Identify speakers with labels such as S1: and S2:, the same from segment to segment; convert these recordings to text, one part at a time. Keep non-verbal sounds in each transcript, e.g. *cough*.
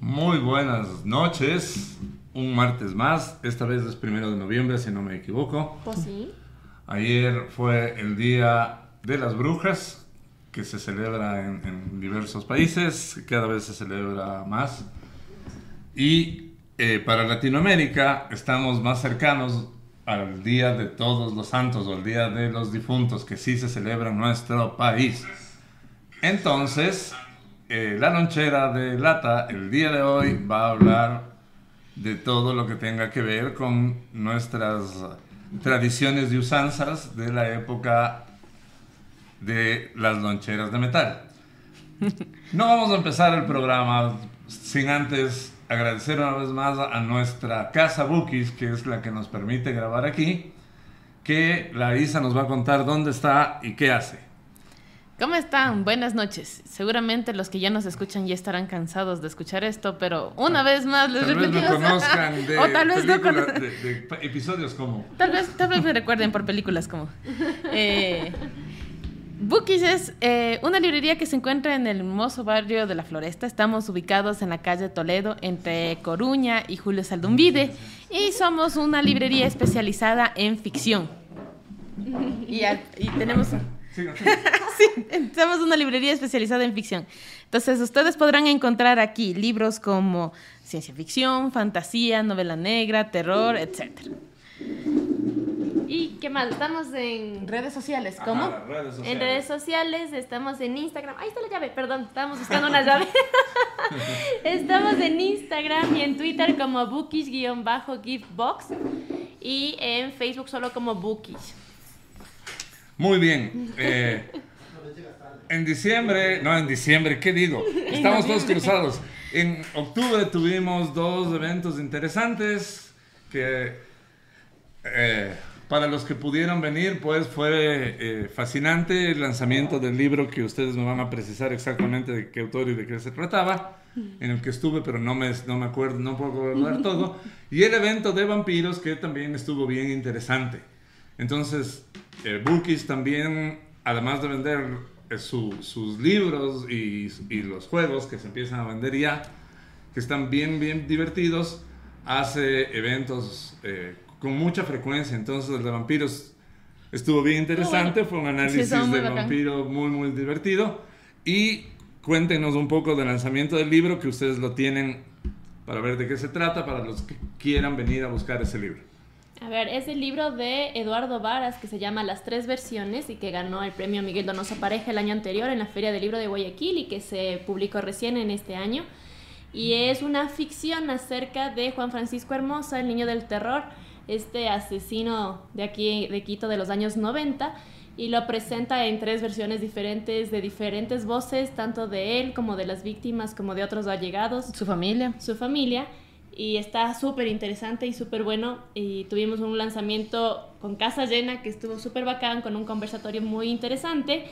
S1: Muy buenas noches. Un martes más. Esta vez es primero de noviembre, si no me equivoco.
S2: Pues sí.
S1: Ayer fue el Día de las Brujas, que se celebra en, en diversos países. Cada vez se celebra más. Y eh, para Latinoamérica estamos más cercanos al Día de Todos los Santos o el Día de los Difuntos, que sí se celebra en nuestro país. Entonces, eh, la lonchera de lata el día de hoy va a hablar de todo lo que tenga que ver con nuestras tradiciones y usanzas de la época de las loncheras de
S2: *laughs*
S1: metal. No vamos a empezar el programa sin antes agradecer una vez más a nuestra casa Bookies, que es la que nos permite grabar aquí, que la Isa nos va a contar dónde está y qué hace.
S2: ¿Cómo están? Buenas noches. Seguramente los que ya nos escuchan ya estarán cansados de escuchar esto, pero una vez más les
S1: Ah, Tal vez
S2: repetimos.
S1: lo
S2: *laughs*
S1: conozcan de,
S2: o tal vez no
S1: películas-
S2: cono-
S1: de- de pa- episodios como...
S2: Tal vez, tal vez me recuerden por películas como. Eh, Bookies es eh, una librería que se encuentra en el hermoso barrio de La Floresta. Estamos ubicados en la calle Toledo, entre Coruña y Julio Saldumbide. Y somos una librería especializada en ficción. Y, a- y tenemos.
S1: Sigan,
S2: *laughs* Sí, somos una librería especializada en ficción. Entonces, ustedes podrán encontrar aquí libros como ciencia ficción, fantasía, novela negra,
S1: Uh.
S2: terror, etc.
S3: ¿Y qué más? Estamos en redes sociales. ¿Cómo?
S1: Ajá, las redes
S3: en redes sociales, estamos en Instagram. Ahí está la llave, perdón, estábamos buscando una llave. *laughs* estamos en Instagram y en Twitter como bookish-giftbox y en Facebook solo como bookish.
S1: Muy bien. eh, en diciembre, no, en diciembre, ¿qué digo? Estamos todos cruzados. En octubre tuvimos dos eventos interesantes que eh, para los que pudieron venir, pues fue eh, fascinante el lanzamiento del libro que ustedes me van a precisar exactamente de qué autor y de qué se trataba, en el que estuve, pero no me, no me acuerdo, no puedo recordar todo, y el evento de vampiros que también estuvo bien interesante. Entonces, eh, Bookies también, además de vender eh, su- sus libros y, y los juegos que se empiezan a vender ya, que están bien, bien divertidos, hace eventos eh, con mucha frecuencia. Entonces, el de vampiros estuvo bien interesante, fue un análisis
S2: Ah, Sí, son muy
S1: de
S2: bacán.
S1: vampiro muy, muy divertido. Y cuéntenos un poco del lanzamiento del libro, que ustedes lo tienen para ver de qué se trata, para los que quieran venir a buscar ese libro.
S3: A ver, es el libro de Eduardo Varas que se llama Las tres versiones y que ganó el premio Miguel Donoso Pareja el año anterior en la Feria del Libro de Guayaquil y que se publicó recién en este año. Y es una ficción acerca de Juan Francisco Hermosa, el niño del terror, este asesino de aquí de Quito de los años 90 y lo presenta en tres versiones diferentes de diferentes voces, tanto de él como de las víctimas como de otros allegados
S2: Su familia.
S3: su familia y está súper interesante y súper bueno y tuvimos un lanzamiento con casa llena que estuvo súper bacán con un conversatorio muy interesante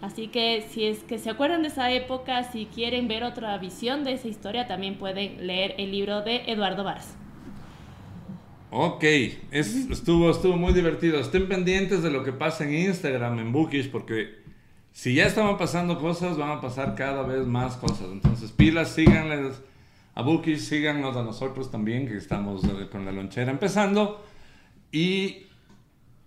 S3: así que si es que se acuerdan de esa época si quieren ver otra visión de esa historia también pueden leer el libro de Eduardo Varas
S1: Ok, es- estuvo, estuvo muy divertido. Estén pendientes de lo que pasa en Instagram, en Bookish, porque si ya estaban pasando cosas, van a pasar cada vez más cosas. Entonces, pilas, síganles a Bookish, síganos a nosotros también, que estamos eh, con la lonchera empezando. Y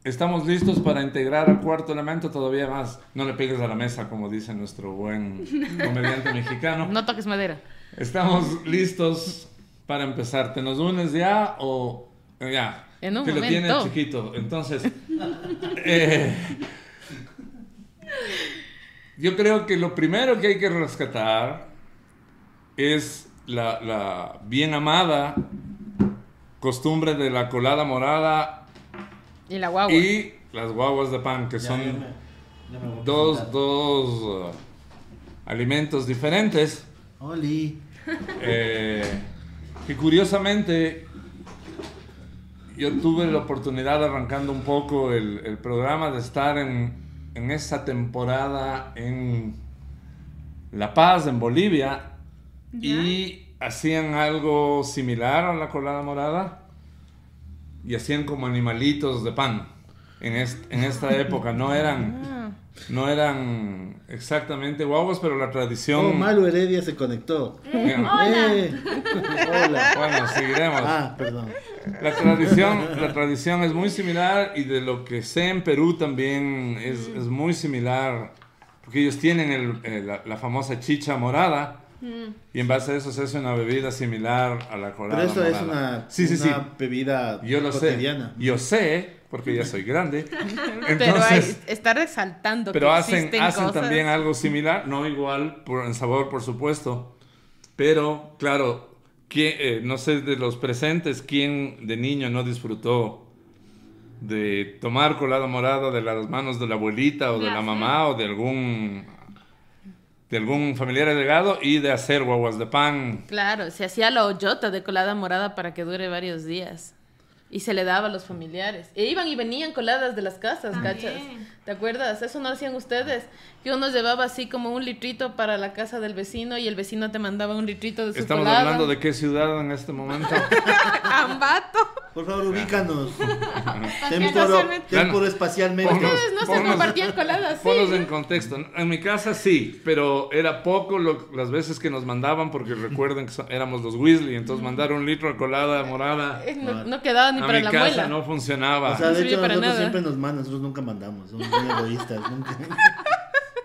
S1: estamos listos para integrar al cuarto elemento todavía más. No le pegues a la mesa, como dice nuestro buen comediante mexicano.
S2: No toques madera.
S1: Estamos listos para empezar. ¿Te nos unes ya o ya?
S2: En un
S1: que lo tiene
S2: momento.
S1: chiquito.
S2: *laughs*
S1: Entonces, eh, yo creo que lo primero que hay que rescatar es la, la bien amada costumbre de la colada morada
S2: Y la guagua.
S1: y las guaguas de pan, que
S4: Ya,
S1: son
S4: ya me- ya me voy a
S1: dos,
S4: presentar.
S1: dos eh, alimentos diferentes.
S4: Oli.
S1: Eh, que curiosamente yo tuve la oportunidad arrancando un poco el, el programa de estar en, en esa temporada en La Paz, en Bolivia, y hacían algo similar a la colada morada y hacían como animalitos de pan en, est- en esta época, no eran...
S2: Ah,
S1: No eran exactamente guaguas, pero la tradición...
S4: Oh, Maru Heredia se conectó.
S1: Bueno,
S3: Hola.
S2: *laughs*
S4: Eh, Hola.
S1: bueno, seguiremos.
S4: Ah, perdón.
S1: La tradición, la tradición es muy similar y de lo que sé en Perú también es,
S4: Mm.
S1: es muy similar, porque ellos tienen el- eh, la, la famosa chicha morada y en base a eso se hace una bebida similar a la
S4: Mm. Pero
S1: colada
S4: eso es
S1: morada.
S4: una,
S1: Sí, sí, sí.
S4: una bebida
S1: Yo lo
S4: cotidiana.
S1: sé. Yo sé, porque ya soy
S4: *laughs*
S1: grande.
S2: pero hay-
S1: Entonces,
S2: está resaltando
S1: pero
S2: que
S1: hacen,
S2: existen
S1: hacen
S2: cosas.
S1: también algo similar, no igual por, en sabor, por supuesto. Pero, claro, ¿quién- eh, no sé de los presentes, ¿quién de niño no disfrutó de tomar colada morada de las manos de la abuelita o de
S3: Ya
S1: la
S3: sé.
S1: mamá o de algún, de algún familiar agregado y de hacer guaguas de pan?
S2: Claro, se hacía la hoyota de colada morada para que dure varios días. Y se le daba a los familiares. E iban y venían coladas de las casas,
S3: También.
S2: cachas. ¿Te acuerdas? Eso no hacían ustedes. Que uno llevaba así como un litrito para la casa del vecino y el vecino te mandaba un litrito de su
S1: Estamos
S2: colada.
S1: hablando
S2: *laughs*
S1: de qué ciudad en este momento.
S2: Ambato.
S4: Por
S2: *laughs*
S4: favor, ubícanos.
S2: no
S4: Temporo,
S2: se me-
S4: temporo espacialmente.
S1: Ponnos-
S2: Ustedes no se
S1: ponnos-
S2: compartían coladas, sí.
S1: Ponlos en contexto. En mi casa sí, pero era poco lo- las veces que nos mandaban, porque recuerden que so- éramos los Weasley, entonces mandar un litro de colada morada
S2: Eh, No, no quedaba
S1: a
S2: ni
S1: mi
S2: para la
S1: casa
S2: muela.
S1: no funcionaba.
S4: O sea,
S2: No
S4: de
S2: sirve
S4: hecho,
S2: para
S4: nosotros
S2: nada.
S4: siempre nos mandan, nosotros nunca mandamos. Somos muy
S1: *laughs*
S4: egoístas. Nunca.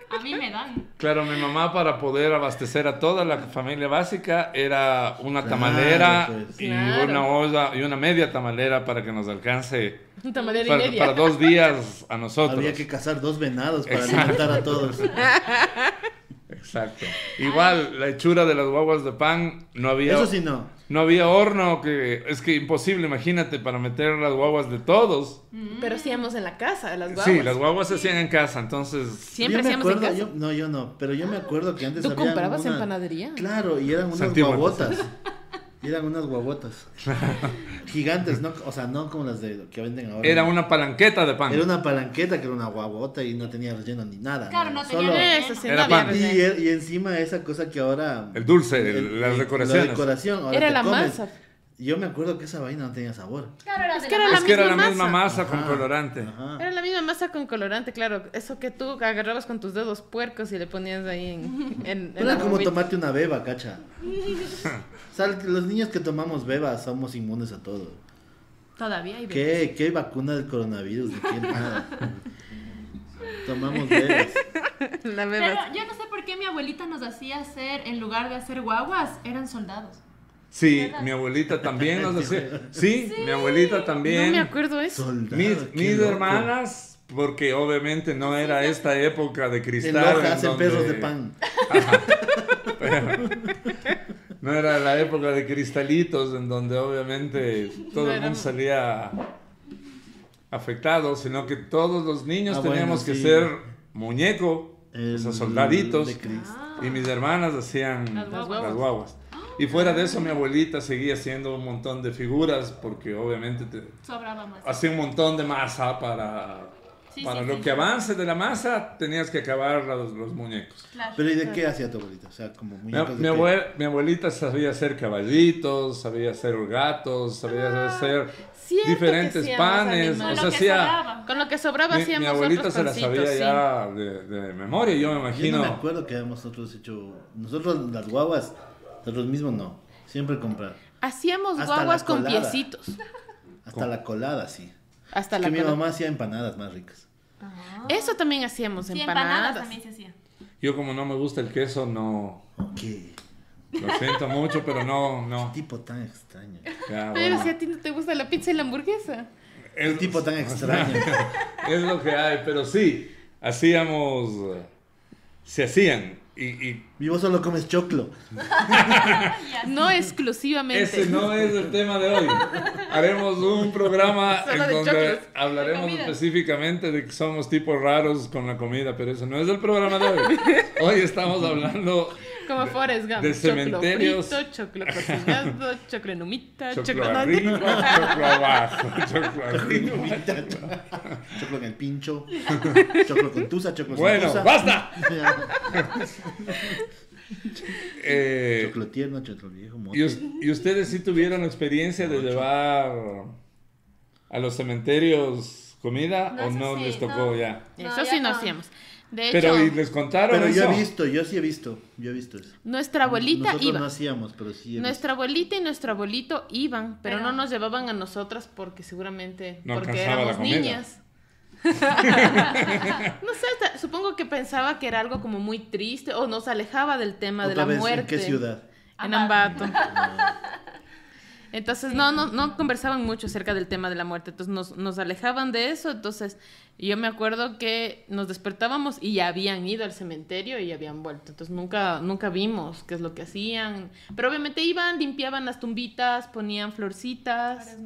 S3: A mí me dan.
S1: claro, mi mamá para poder abastecer a toda la familia básica era una tamalera
S4: pues.
S1: y
S2: Claro.
S1: una olla y una media tamalera para que nos alcance
S2: Un tamalero y
S1: para,
S2: media.
S1: para dos días a nosotros.
S4: Había que cazar dos venados para
S1: Exacto.
S4: alimentar a todos.
S1: Exacto. Igual la hechura de las guaguas de pan no había
S4: Eso sí no.
S1: No había horno, que es que imposible, imagínate, para meter las guaguas de todos.
S2: Pero hacíamos en la casa, las guaguas.
S1: Sí, las guaguas se hacían en casa, entonces
S2: Siempre
S4: yo me
S2: hacíamos
S4: acuerdo,
S2: en casa.
S4: yo- no, yo no, pero yo me acuerdo que antes
S2: ¿Tú
S4: había
S2: comprabas en
S4: una-
S2: panadería?
S4: Claro, y eran unas
S1: Santiago,
S4: guabotas. Y eran unas
S1: *laughs*
S4: guabotas. Gigantes, no, o sea, no como las de que venden ahora.
S1: era una palanqueta de pan.
S4: Era una palanqueta que era una guabota y no tenía relleno ni nada.
S3: Claro, no tenía
S4: solo-
S3: relleno.
S2: Eso sí,
S1: Era
S2: no había
S1: pan.
S2: relleno.
S4: Y, e- y encima esa cosa que ahora...
S1: El dulce, el- las decoraciones.
S4: La decoración. ahora
S2: Era
S4: te
S2: la
S4: comes.
S2: masa.
S4: Yo me acuerdo que esa vaina no tenía sabor.
S3: Claro, era
S2: Es
S3: de la
S2: que era
S1: es
S3: mano.
S2: la
S1: que era la
S2: misma
S1: misma masa,
S4: masa.
S1: con
S4: Ajá.
S1: colorante.
S4: Ajá.
S2: Era la misma masa con colorante, claro. Eso que tú agarrabas con tus dedos puercos y le ponías ahí
S1: *laughs*
S2: en, en- en
S4: Era
S2: la
S4: como
S2: bombita.
S4: tomarte una beba,
S2: *laughs*
S4: cacha. o sea, los niños que tomamos beba somos inmunes a todo.
S2: Todavía hay bebés.
S4: ¿Qué, ¿Qué vacuna del coronavirus? ¿De qué nada? Tomamos bebés.
S2: La bebas.
S3: Pero yo no sé por qué mi abuelita nos hacía hacer, en lugar de hacer guaguas, eran soldados.
S1: Sí, mi abuelita también nos decía. Sí, mi abuelita también.
S2: No me acuerdo eso.
S4: Soldado,
S1: Mis,
S4: qué
S1: mis
S4: loco.
S1: hermanas, porque obviamente no era esta época de
S4: En
S1: cristal.
S4: Loja
S1: en
S4: hacen
S1: donde-
S4: perros de pan.
S1: No era la época de cristalitos, en donde
S3: *laughs*
S1: obviamente todo
S2: No
S1: el
S2: era-
S1: mundo salía afectado, sino que todos los niños
S4: Ah,
S1: teníamos
S4: bueno,
S1: que
S4: sí.
S1: ser muñeco, o sea,
S4: El-
S1: soldaditos.
S4: de Cristo.
S2: Ah.
S1: Y mis hermanas hacían
S3: Las
S1: las
S3: guaguas. Ah,
S1: guaguas. Y fuera de eso, mi abuelita seguía haciendo un montón de figuras, porque obviamente te-
S3: Sobraba más.
S1: hacía un montón de masa para.
S3: Sí,
S1: para
S3: sí,
S1: lo
S3: sí.
S1: que avance de la masa, tenías que acabar los- los muñecos.
S3: Claro.
S4: Pero ¿y de qué hacía tu abuelita? O sea, como
S1: Mi,
S4: muñecos de
S1: mi
S4: qué?
S1: abue- mi abuelita sabía hacer caballitos, sabía hacer gatos, sabía
S2: Ah.
S1: hacer
S2: cierto que
S1: diferentes
S2: hacíamos
S1: panes.
S2: animales.
S1: O
S3: Con
S1: sea, ah.
S3: lo que
S1: hacía,
S3: sobraba.
S2: Con lo que sobraba
S1: mi,
S2: hacíamos
S1: mi abuelita
S2: otros
S1: se la sabía
S2: pancitos, sí.
S1: ya de, de memoria, yo me
S4: Yo no me
S1: imagino.
S4: acuerdo que habíamos nosotros hecho. Nosotros las guaguas, nosotros mismos no. Siempre comprar.
S2: Hacíamos
S4: Hasta
S2: guaguas
S4: la
S2: con
S4: colada.
S2: piecitos.
S4: Hasta
S1: ¿Cómo?
S4: la colada, sí.
S2: Hasta
S4: Es
S2: la
S4: que mi
S2: cola.
S4: mamá hacía empanadas más ricas.
S3: Ah.
S2: Eso también hacíamos,
S3: Sí,
S2: empanadas.
S3: empanadas también se hacía.
S1: Yo como no me gusta el queso, no...
S4: ¿Qué?
S1: Lo siento mucho, pero no, no.
S4: Tipo tan extraño.
S1: Ya,
S2: Pero
S1: bueno.
S2: si a ti no te gusta la pizza y la hamburguesa.
S1: Es-
S4: tipo tan extraño.
S1: es lo que hay, pero sí, hacíamos... eh, Se hacían. Y, y
S4: Vivo solo comes choclo.
S2: No exclusivamente.
S1: Ese no es el tema de hoy. Haremos un programa
S2: *laughs* Solo
S1: en
S2: de
S1: donde
S2: choclos.
S1: hablaremos
S3: De comida.
S1: específicamente de que somos tipos raros con la comida, pero eso no es el programa de hoy.
S2: *laughs*
S1: Hoy estamos hablando
S2: Como Forrest Gump.
S1: de cementerios.
S2: Choclo frito, choclo cocinado, choclo en humita,
S1: choclo
S2: choclo... no,
S1: arriba, choclo abajo,
S2: *laughs*
S1: choclo arriba.
S4: Choclo en el pincho. Choclo con tusa, choclo sin
S1: Bueno,
S4: tusa.
S1: basta. Eh,
S4: *laughs* Choclo tierno, choclo viejo, mote.
S1: y, us- y ustedes sí tuvieron experiencia de llevar a los cementerios comida
S3: No,
S1: o
S3: eso
S1: no
S3: sí,
S1: les tocó
S3: no.
S1: ya?
S2: Eso
S3: No,
S2: sí
S3: ya
S2: no
S3: no.
S2: hacíamos. De hecho,
S1: Pero y les contaron
S4: Pero yo
S1: eso?
S4: he visto, yo sí he visto, yo he visto eso.
S2: nuestra abuelita
S4: Nosotros
S2: iba.
S4: no hacíamos, pero sí. he
S2: Nuestra abuelita y nuestro abuelito iban, pero,
S3: Pero-
S2: no nos llevaban a nosotras porque seguramente
S1: No
S2: porque
S1: alcanzaba la
S2: éramos
S1: comida.
S2: niñas. *laughs* no sé, hasta- supongo que pensaba que era algo como muy triste o nos alejaba del tema de
S4: Otra
S2: la
S4: vez,
S2: muerte.
S4: ¿En qué ciudad?
S2: En
S3: Ambato.
S2: Ambato. Entonces, no, no, no conversaban mucho acerca del tema de la muerte. Entonces, nos, nos alejaban de eso. Entonces, yo me acuerdo que nos despertábamos y ya habían ido al cementerio y habían vuelto. Entonces, nunca, nunca vimos qué es lo que hacían. Pero obviamente iban, limpiaban las tumbitas, ponían florcitas,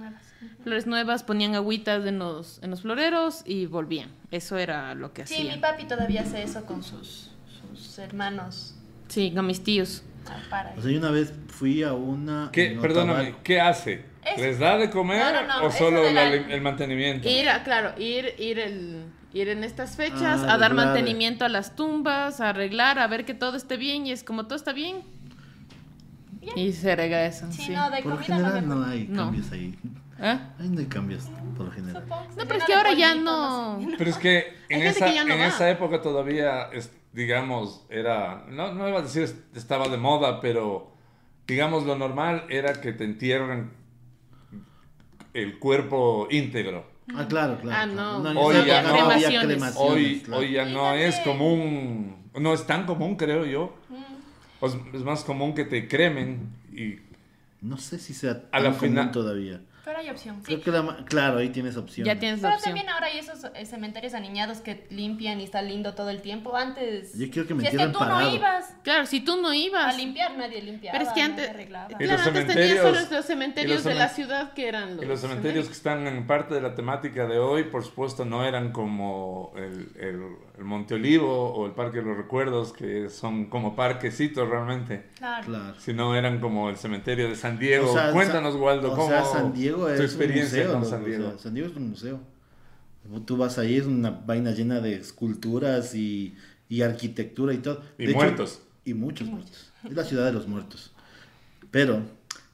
S2: flores nuevas, ponían agüitas en los, en los floreros y volvían. Eso era lo que
S5: Sí, mi
S2: hacían.
S5: papi todavía hace eso con sus, sus hermanos.
S2: Sí, con mis tíos.
S5: Ah, para.
S4: O sea, yo una vez fui a una.
S1: ¿Qué,
S4: en
S1: perdóname,
S4: Otavalo.
S1: ¿qué hace?
S5: Eso.
S1: ¿Les da de comer
S5: No, no, no,
S1: o
S5: eso
S1: solo
S5: de la-
S1: la- el mantenimiento?
S2: Ir, a- claro, ir, ir, el, ir en estas fechas
S4: Ah,
S2: a dar
S4: arreglar.
S2: mantenimiento a las tumbas, a arreglar, a ver que todo esté bien y es como todo está bien.
S5: Bien.
S2: Y se regresan.
S5: Sí,
S2: Sí, ¿Eh?
S5: no, de
S4: Por lo
S5: comida no me
S4: general no hay
S2: No.
S4: cambios ahí.
S2: ¿Eh?
S4: Ahí no hay cambios, por lo general.
S5: Supongo
S2: No, pero
S5: será
S2: es que
S5: de
S2: ahora ya
S5: pollito,
S2: no.
S5: sé.
S1: Pero es que en,
S2: gente
S1: esa,
S2: que ya no
S1: en
S2: va.
S1: esa época todavía, es- digamos, era, no, no iba a decir es- estaba de moda, pero digamos lo normal era que te entierren el cuerpo íntegro.
S4: Ah, claro, claro.
S2: Ah,
S4: claro.
S2: no.
S4: en
S1: Hoy
S4: esa
S1: ya
S4: época
S1: no.
S4: había
S2: Cremaciones.
S4: cremaciones.
S1: Hoy,
S4: claro.
S1: hoy ya
S5: Y
S1: no es
S5: también- Mm.
S1: común, no es tan común, creo yo. O Es, es más común que te cremen y
S4: No sé si sea
S1: A
S4: tan
S1: la
S4: común
S1: final-
S4: todavía.
S5: Pero hay opción.
S4: Creo que la ma- claro, ahí tienes opción.
S2: Ya tienes la
S5: Pero
S2: opción.
S5: también ahora hay esos eh, cementerios aniñados que limpian y está lindo todo el tiempo. Antes.
S4: Yo quiero que me
S5: si es que
S4: entierren
S5: tú
S4: parado.
S5: no ibas
S2: Claro, si tú no
S5: a
S2: ibas.
S5: limpiar, nadie limpiaba.
S2: Pero es que
S5: nadie
S2: antes-
S5: arreglaba.
S4: Eh,
S1: Y
S2: Claro,
S1: los
S2: antes tenías solo
S1: cementerios-
S2: los cementerios
S1: y los
S2: de la
S1: cemen-
S2: ciudad que eran los.
S1: Y los cementerios que están en parte de la temática de hoy, por supuesto, no eran como el, el- el Monte Olivo o el Parque de los Recuerdos, que son como parquecitos realmente,
S5: Claro.
S4: Claro.
S1: sino eran como el cementerio de San Diego.
S4: O sea,
S1: Cuéntanos,
S4: Sa-
S1: Waldo,
S4: o
S1: cómo
S4: sea, San Diego es
S1: tu experiencia
S4: un museo,
S1: con
S4: loco,
S1: San Diego.
S4: o sea, San Diego es un museo. Tú vas ahí, es una vaina llena de esculturas y, y arquitectura y todo.
S1: Y
S4: De hecho,
S1: muertos.
S4: y muchos muertos. Es la ciudad de los muertos. Pero,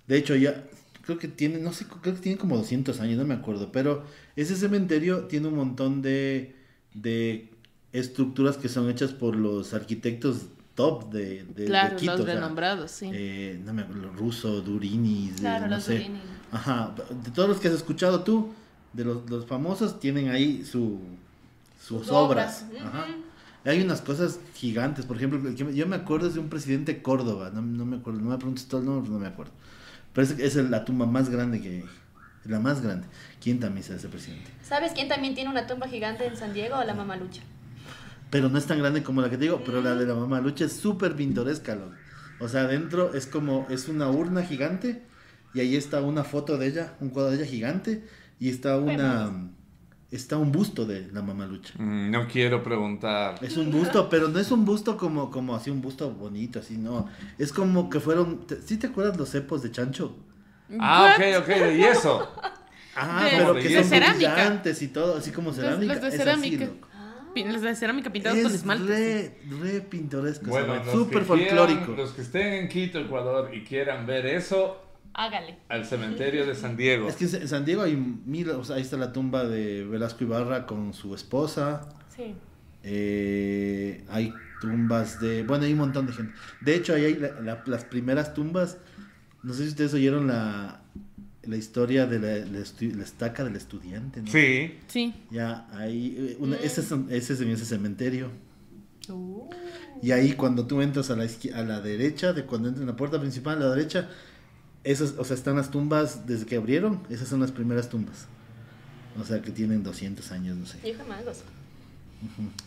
S4: de hecho, ya creo que tiene, no sé, creo que tiene como 200 años, no me acuerdo. Pero ese cementerio tiene un montón de, de estructuras que son hechas por los arquitectos top de, de, de
S2: Claro,
S4: Quito.
S2: los
S4: o sea,
S2: renombrados, sí.
S4: eh, no me acuerdo, ruso, Durinis, de-
S5: Claro,
S4: no
S5: los
S4: sé.
S5: Durinis.
S4: Ajá, de todos los que has escuchado tú, de los, los famosos, tienen ahí su, sus
S5: Sus
S4: obras.
S5: obras,
S4: Ajá. Hay unas cosas gigantes, por ejemplo, el que me- yo me acuerdo es de un presidente de Córdoba, no, no me acuerdo, no me preguntes todo el nombre, no me acuerdo. Pero es, es la tumba más grande que la más grande. ¿Quién también se hace presidente?
S5: ¿Sabes quién también tiene una tumba gigante en San Diego? La mamalucha.
S4: Pero no es tan grande como la que te digo, pero la de la mamá lucha es súper pintoresca, loco. O sea, adentro es como, es una urna gigante y ahí está una foto de ella, un cuadro de ella gigante y está una, está un busto de la mamá lucha.
S1: Mm, No quiero preguntar.
S4: Es un busto, pero no es un busto como, como así, un busto bonito, así, no. Es como que fueron, te- ¿sí te acuerdas los cepos de chancho?
S1: Ah, ok, ok, y eso.
S4: *laughs* Ah,
S2: De-
S4: pero
S1: de
S4: que son
S2: cerámica.
S4: brillantes y todo, así como cerámica.
S2: los de
S4: es así,
S2: cerámica.
S4: loco.
S2: Pin- Los de cerámica pintados con
S4: Es
S2: esmalte. sí.
S4: re, re pintoresco, esa
S1: Bueno,
S4: vaina,
S1: los
S4: súper
S1: que
S4: folclórico.
S1: quieran- los que estén en Quito, Ecuador, y quieran ver eso,
S5: Hágale.
S1: al cementerio de San Diego.
S4: Es que en San Diego hay mil, o sea, ahí está la tumba de Velasco Ibarra con su esposa,
S5: Sí.
S4: eh, hay tumbas de, bueno, hay un montón de gente. De hecho, ahí hay la- la- las primeras tumbas, no sé si ustedes oyeron la, la historia de la, la estu- la estaca del estudiante, ¿no?
S1: Sí.
S2: Sí.
S4: Ya, ahí, eh, una- ese, es, un- ese es en ese cementerio.
S2: Uh.
S4: Y ahí cuando tú entras a la, izquier- a la derecha, de cuando entras en la puerta principal, a la derecha, esas, o sea, están las tumbas desde que abrieron, esas son las primeras tumbas. O sea, que tienen 200 años, no sé.
S5: Yo jamás gozo.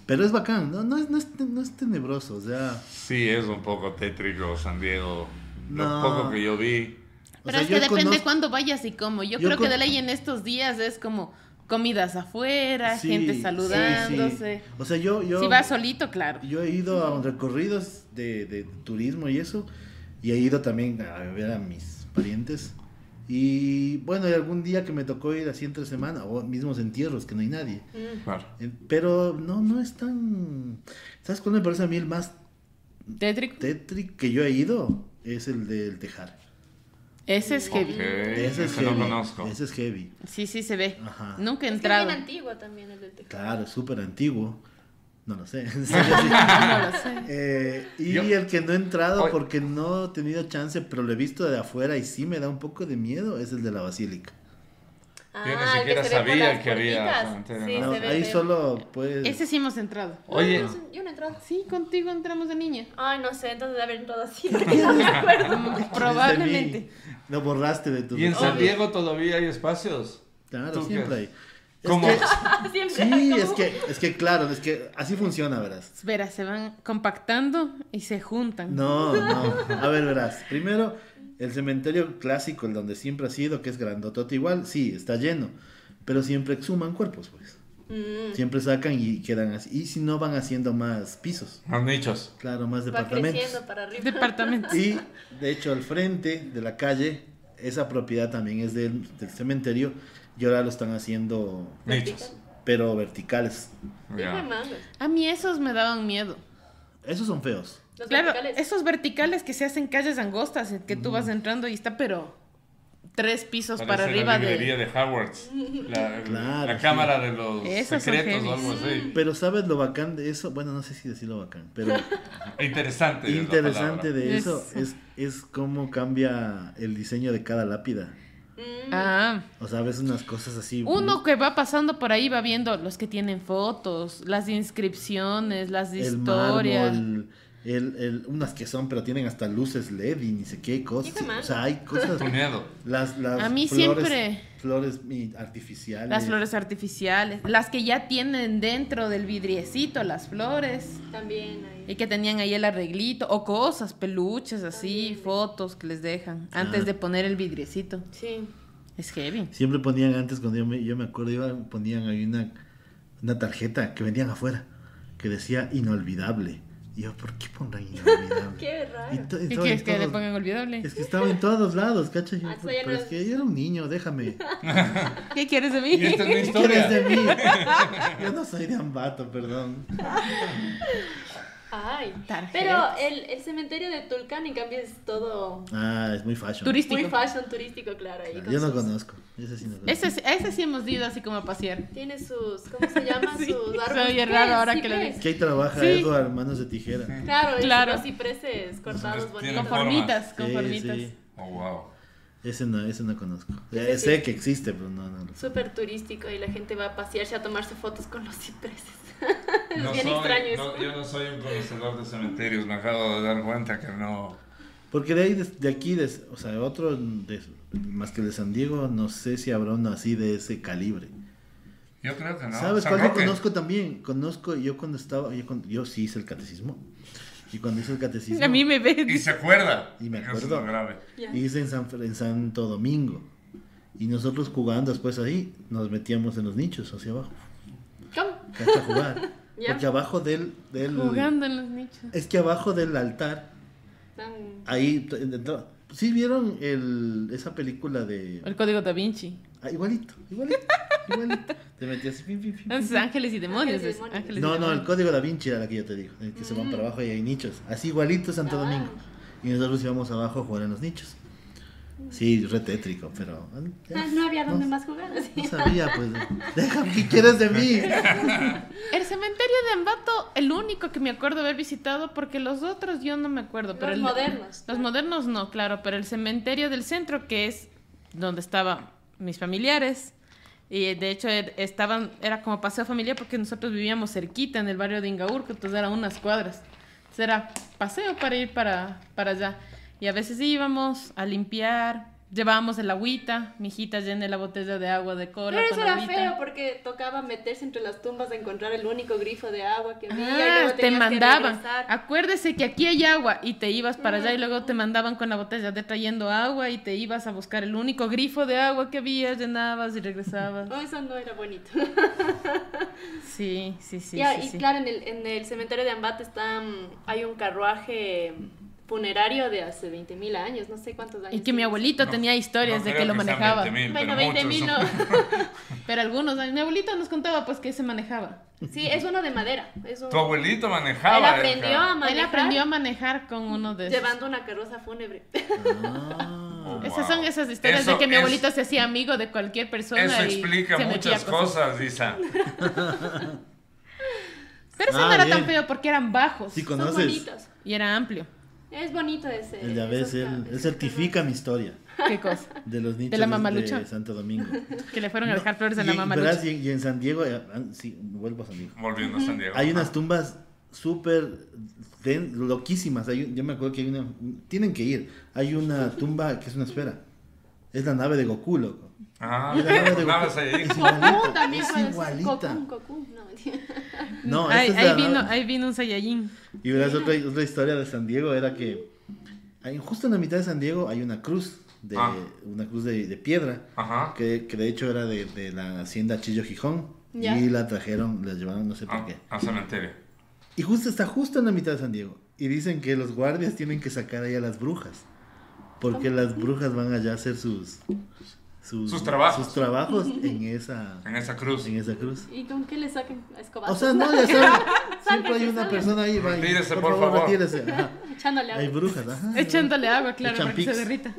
S4: Pero es bacán, no, no, es, no, es, te- no es tenebroso, o sea...
S1: Sí, es un poco tétrico San Diego.
S4: No.
S1: Lo poco que yo vi.
S4: o
S2: Pero
S4: sea,
S2: es
S4: yo
S2: que depende
S4: conozco-
S2: cuándo vayas y cómo. Yo,
S4: yo
S2: creo que
S4: con-
S2: de ley en estos días es como comidas afuera,
S4: Sí, sí,
S2: gente
S4: sí.
S2: saludándose.
S4: O sea, yo... yo
S2: Si vas solito, claro.
S4: Yo he ido a recorridos de, de turismo y eso, y he ido también a ver a mis parientes. Y bueno, hay algún día que me tocó ir así entre semana, o mismos entierros, que no hay nadie.
S5: Mm.
S1: Claro.
S4: Eh, Pero no, no es tan... ¿Sabes cuál me parece a mí el más
S2: Tétrico.
S4: tétrico que yo he ido? Es el del tejar.
S2: Ese es
S1: Ok,
S2: heavy.
S1: Eh, ese
S4: es
S1: no
S4: heavy,
S1: conozco.
S4: Ese es heavy.
S2: Sí, sí se ve.
S4: Oh. Ajá.
S2: Nunca he
S5: Es que es bien
S2: entrado.
S5: antiguo también el del tejado.
S4: Claro, es súper antiguo. No lo sé. *laughs* en serio, sí.
S2: No lo sé.
S4: Eh, y
S1: Yo-
S4: el que no he entrado
S1: Oye.
S4: porque no he tenido chance, pero lo he visto de afuera y sí me da un poco de miedo, es el de la basílica.
S1: Yo ni
S5: Ah, el
S1: siquiera
S5: se ve por
S1: sabía
S5: las
S1: que había
S5: puertitas.
S1: cementerio,
S5: Sí,
S1: ¿no?
S4: No,
S5: se ve
S4: ahí
S5: feo.
S4: solo puedes...
S2: Ese sí hemos entrado.
S1: Oye,
S4: Ah,
S5: Yo no he entrado.
S2: Sí, contigo entramos de
S4: *laughs*
S2: niña.
S5: Ay, no sé, entonces de haber entrado así. No me acuerdo.
S2: Mm,
S4: Desde mí,
S2: probablemente.
S4: Lo borraste de tu
S1: ¿y en San
S4: recuerdo.
S1: Diego todavía hay espacios?
S4: Claro,
S1: ¿Tú
S4: siempre
S1: qué?
S4: hay. Es
S1: ¿Cómo?
S4: que-
S5: *laughs* Siempre hay
S4: sí,
S5: como-
S4: es que, es que claro, es que así funciona, verás.
S2: Espera, se van compactando y se juntan.
S4: No, no. A ver, verás. Primero, el cementerio clásico, el donde siempre ha sido, que es grandotote igual, sí, está lleno. Pero siempre exhuman cuerpos, pues.
S5: Mm,
S4: Siempre sacan y quedan así. Y si no, van haciendo más pisos.
S1: Los Ah, nichos.
S4: Claro, más
S5: va
S4: departamentos.
S5: creciendo para arriba.
S2: Departamento.
S4: Y de hecho al frente de la calle, esa propiedad también es del, del cementerio y ahora lo están haciendo,
S1: Nichos.
S4: pero verticales.
S5: Hijo de
S1: Ya.
S5: madre,
S2: A mí esos me daban miedo.
S4: Esos son feos.
S5: Los
S2: claro,
S5: verticales.
S2: esos verticales que se hacen calles angostas, en que tú vas entrando y está, pero tres pisos para
S1: Parece
S2: arriba
S1: la librería
S2: de...
S1: de, Howard's. La,
S4: Claro,
S1: la
S4: sí.
S1: cámara de los
S2: Esos son
S1: secretos o
S2: heavy.
S1: algo así.
S4: Pero ¿sabes lo bacán de eso? Bueno, no sé si decirlo bacán, pero
S1: Interesante. es la
S4: interesante de eso
S2: Eso.
S4: es, es cómo cambia el diseño de cada lápida.
S5: Mm,
S2: Ah,
S4: O sea, ves unas cosas así.
S2: uno que va pasando por ahí va viendo los que tienen fotos, las inscripciones, las
S4: el
S2: historias.
S4: mármol, el- el- unas que son, pero tienen hasta luces LED y ni sé qué cosas.
S5: Hijo de madre.
S4: O sea, hay
S1: palabra. *laughs*
S4: cosas.
S1: Tuneado.
S4: Las, las
S2: A mí
S4: flores,
S2: siempre-
S4: Flores mi- artificiales.
S2: Las flores artificiales, las que ya tienen dentro del vidriecito las flores
S5: También hay.
S2: y que tenían ahí el arreglito o cosas, peluches así, fotos que les dejan antes
S4: Claro.
S2: de poner el vidriecito.
S5: Sí.
S2: Es heavy.
S4: Siempre ponían antes, cuando yo me, yo me acuerdo, iba, ponían ahí una, una tarjeta que vendían afuera que decía inolvidable. Y yo, ¿por qué pondrán inolvidable?
S5: *laughs* Qué raro.
S4: Y to-
S2: ¿Qué
S4: estaba en
S2: quieres que le
S4: todos-
S2: pongan olvidable?
S4: Es que estaba en todos lados, ¿cachai? Yo,
S5: Ah, eso ya
S4: pero
S5: no
S4: es
S5: es-
S4: que yo era un niño, déjame.
S2: ¿Qué quieres de mí?
S1: Y
S4: *laughs*
S1: esta es mi
S4: ¿Qué quieres
S1: historia.
S4: de mí? Yo no soy de Ambato, perdón.
S5: Ay.
S2: Tarjetas.
S5: Pero el, el cementerio de Tulcán, en cambio, es todo
S4: Ah, es muy fashion.
S2: Turístico.
S5: muy fashion turístico, claro. ahí con
S4: Yo no
S5: sus-
S4: conozco. Ese sí no conozco.
S2: Ese, sí- ese sí hemos ido así como a pasear.
S5: Tiene sus. ¿Cómo se
S2: *laughs*
S5: llama?
S2: Sí,
S5: sus
S2: se
S5: árboles.
S2: oye
S5: ¿Qué
S2: raro
S5: es?
S2: ahora
S5: ¿Sí
S2: que lo
S5: qué
S2: dices.
S5: es?
S4: Que ahí trabaja
S2: Sí.
S4: Edward, manos de tijera.
S5: Claro,
S2: Claro.
S5: claro. los cipreses cortados
S1: Tiene
S5: bonitos.
S1: forma.
S2: Conformitas,
S4: Sí,
S2: conformitas.
S4: sí.
S1: Oh, wow.
S4: Ese no, ese no conozco. Eh, sé que existe, pero no, no lo sé.
S5: Súper turístico y la gente va a pasearse a tomarse fotos con los cipreses. es
S1: No
S5: bien
S1: soy-
S5: extraño eso.
S1: no, yo no soy un conocedor de cementerios. Me acabo de dar cuenta que no.
S4: Porque de ahí, des- de, aquí, des- o sea, otro, de- más que el de San Diego, no sé si habrá uno así de ese calibre.
S1: Yo creo que no.
S4: ¿Sabes
S1: San
S4: cuál yo
S1: Roque.
S4: conozco también? Conozco, yo cuando estaba, yo, cuando- yo sí hice el catecismo. Y cuando hice el catecismo,
S2: A mí me
S1: Y
S2: ven.
S1: se acuerda.
S4: Y me
S1: Eso es
S4: acuerdo.
S1: lo grave.
S5: Ya.
S4: hice en, San, Fer- en Santo Domingo. Y nosotros jugando después ahí, nos metíamos en los nichos hacia abajo.
S5: ¿Cómo?
S4: Cacha a jugar.
S5: *laughs* Ya.
S4: Porque abajo del, del...
S2: Jugando en los nichos.
S4: Es que abajo del altar
S5: Tan-
S4: Ahí, t- dentro- ¿sí vieron el, esa película de...
S2: El código da Vinci.
S4: Ah, igualito, igualito,
S5: *laughs*
S4: igualito. Te metías... pim, pim, pim,
S2: Entonces, ángeles y demonios.
S5: Ángeles y
S2: es,
S5: demonios.
S4: pim.
S2: ángeles y
S4: No, no, el
S2: demonios.
S4: código da Vinci era la que yo te digo, el que se van para abajo y hay nichos. Así igualito Santo
S5: Mm. Ah.
S4: Domingo. Y nosotros íbamos abajo a jugar en los nichos. Sí, re tétrico, pero... eh,
S5: Ah, no había dónde
S4: no-
S5: más jugar. así.
S4: No *laughs* sabía, pues. Déjame, ¿qué quieres de mí?
S5: *laughs*
S2: El cementerio de Ambato, el único que me acuerdo haber visitado, porque los otros yo no me acuerdo. Pero
S5: Los
S2: el-
S5: modernos.
S2: Los modernos no, claro, pero el cementerio del centro, que es donde estaban mis familiares, y de hecho er- estaban, era como paseo familiar porque nosotros vivíamos cerquita en el barrio de Ingaurco, entonces eran unas cuadras. Entonces era paseo para ir para, para allá. Y a veces íbamos a limpiar, llevábamos el agüita, mi hijita llena la botella de agua de cola.
S5: Pero eso
S2: con
S5: era
S2: agüita.
S5: feo porque tocaba meterse entre las tumbas a encontrar el único grifo de agua que había. y
S2: Ah,
S5: luego
S2: te
S5: tenías que
S2: mandaban. Ah.
S5: regresar.
S2: Acuérdese que aquí hay agua y te ibas para allá y luego te mandaban con la botella de trayendo agua y te ibas a buscar el único grifo de agua que había, llenabas y regresabas.
S5: No, Oh, eso no era bonito.
S2: Sí, sí, sí.
S5: Ya,
S2: sí,
S5: y
S2: sí.
S5: claro, en el, en el cementerio de Ambato está, mm, hay un carruaje funerario de hace 20.000 años, no sé cuántos años.
S2: Y que mi
S5: tiene.
S2: abuelito
S1: No,
S2: tenía historias
S1: no
S2: de
S1: creo
S2: que lo
S1: sean
S2: manejaba.
S1: 20.000,
S5: Bueno,
S1: pero
S5: 20.000 no.
S1: muchos son-
S2: Pero algunos, mi abuelito nos contaba pues que se manejaba.
S5: Sí, es uno de madera. Es un-
S1: Tu abuelito manejaba. eh,
S5: Él aprendió
S1: Edgar.
S5: a manejar
S2: Él aprendió a manejar con uno de esos.
S5: llevando una carroza fúnebre.
S4: Ah.
S1: Oh,
S2: Esas
S1: wow.
S2: son esas historias de
S1: Eso
S2: que mi
S1: es-
S2: abuelito se hacía amigo de cualquier persona.
S1: Eso
S2: y
S1: explica
S2: se metía
S1: muchas
S2: a cosas.
S1: cosas, Isa.
S2: Pero ese
S4: Ah,
S2: no era
S4: bien.
S2: tan feo porque eran bajos
S4: Sí,
S5: Son
S4: conoces.
S5: bonitos.
S2: y era amplio.
S5: Es bonito ese.
S4: El
S2: Eh,
S4: ya ves,
S5: esos
S4: él,
S5: ca-
S4: él
S5: esos
S4: certifica mi historia
S2: Qué cosa.
S4: de los nichos
S2: la mamalucha.
S4: de Santo Domingo.
S2: Que le *laughs* fueron a
S4: No,
S2: dejar flores a
S4: y
S2: la
S4: en-
S2: mamá
S4: verás,
S2: Lucha.
S4: y, en- y en San Diego, eh, ah, sí, vuelvo a San Diego.
S1: Volviendo a San Diego.
S4: Hay unas
S1: Ajá.
S4: tumbas súper den- loquísimas. Hay un- yo me acuerdo que hay una. Tienen que ir. Hay una tumba que es una esfera. Es la nave de Goku, loco.
S1: Ajá,
S4: Y la nave de
S1: naves
S4: Goku
S1: ahí.
S4: es
S2: Oh,
S4: igualita,
S5: también
S4: es
S5: puede ser
S4: igualita.
S5: Cocún, cocún, no, mentira.
S4: No,
S2: ahí,
S4: esta es
S2: ahí
S4: la
S2: vino,
S4: nave.
S2: ahí vino un Saiyajin.
S4: Y verás, otra, otra historia de San Diego era que hay- justo en la mitad de San Diego hay una cruz, de,
S1: Ah.
S4: una cruz de, de piedra,
S1: Ajá.
S4: que, que de hecho era de, de la hacienda Chillo Gijón.
S5: Ya.
S4: Y la trajeron, la llevaron no sé por
S1: A-
S4: qué.
S1: Ah, Al cementerio.
S4: Y justo está justo en la mitad de San Diego. Y dicen que los guardias tienen que sacar ahí a las brujas. Porque las brujas van allá a hacer sus...
S1: Sus trabajos.
S4: sus trabajos en esa,
S1: En esa cruz.
S4: en esa cruz.
S5: ¿Y con qué le saquen a escobazo?
S4: O sea, no, ya saben, siempre hay
S5: Sálganse,
S4: una
S5: sálganse.
S4: persona ahí. va, y,
S1: Retírese, por favor.
S4: retírese. Ajá.
S5: Echándole
S4: Hay
S5: agua,
S4: brujas, ajá.
S2: Echándole agua, claro,
S4: Echan
S2: para que se
S4: pics.
S2: derrita.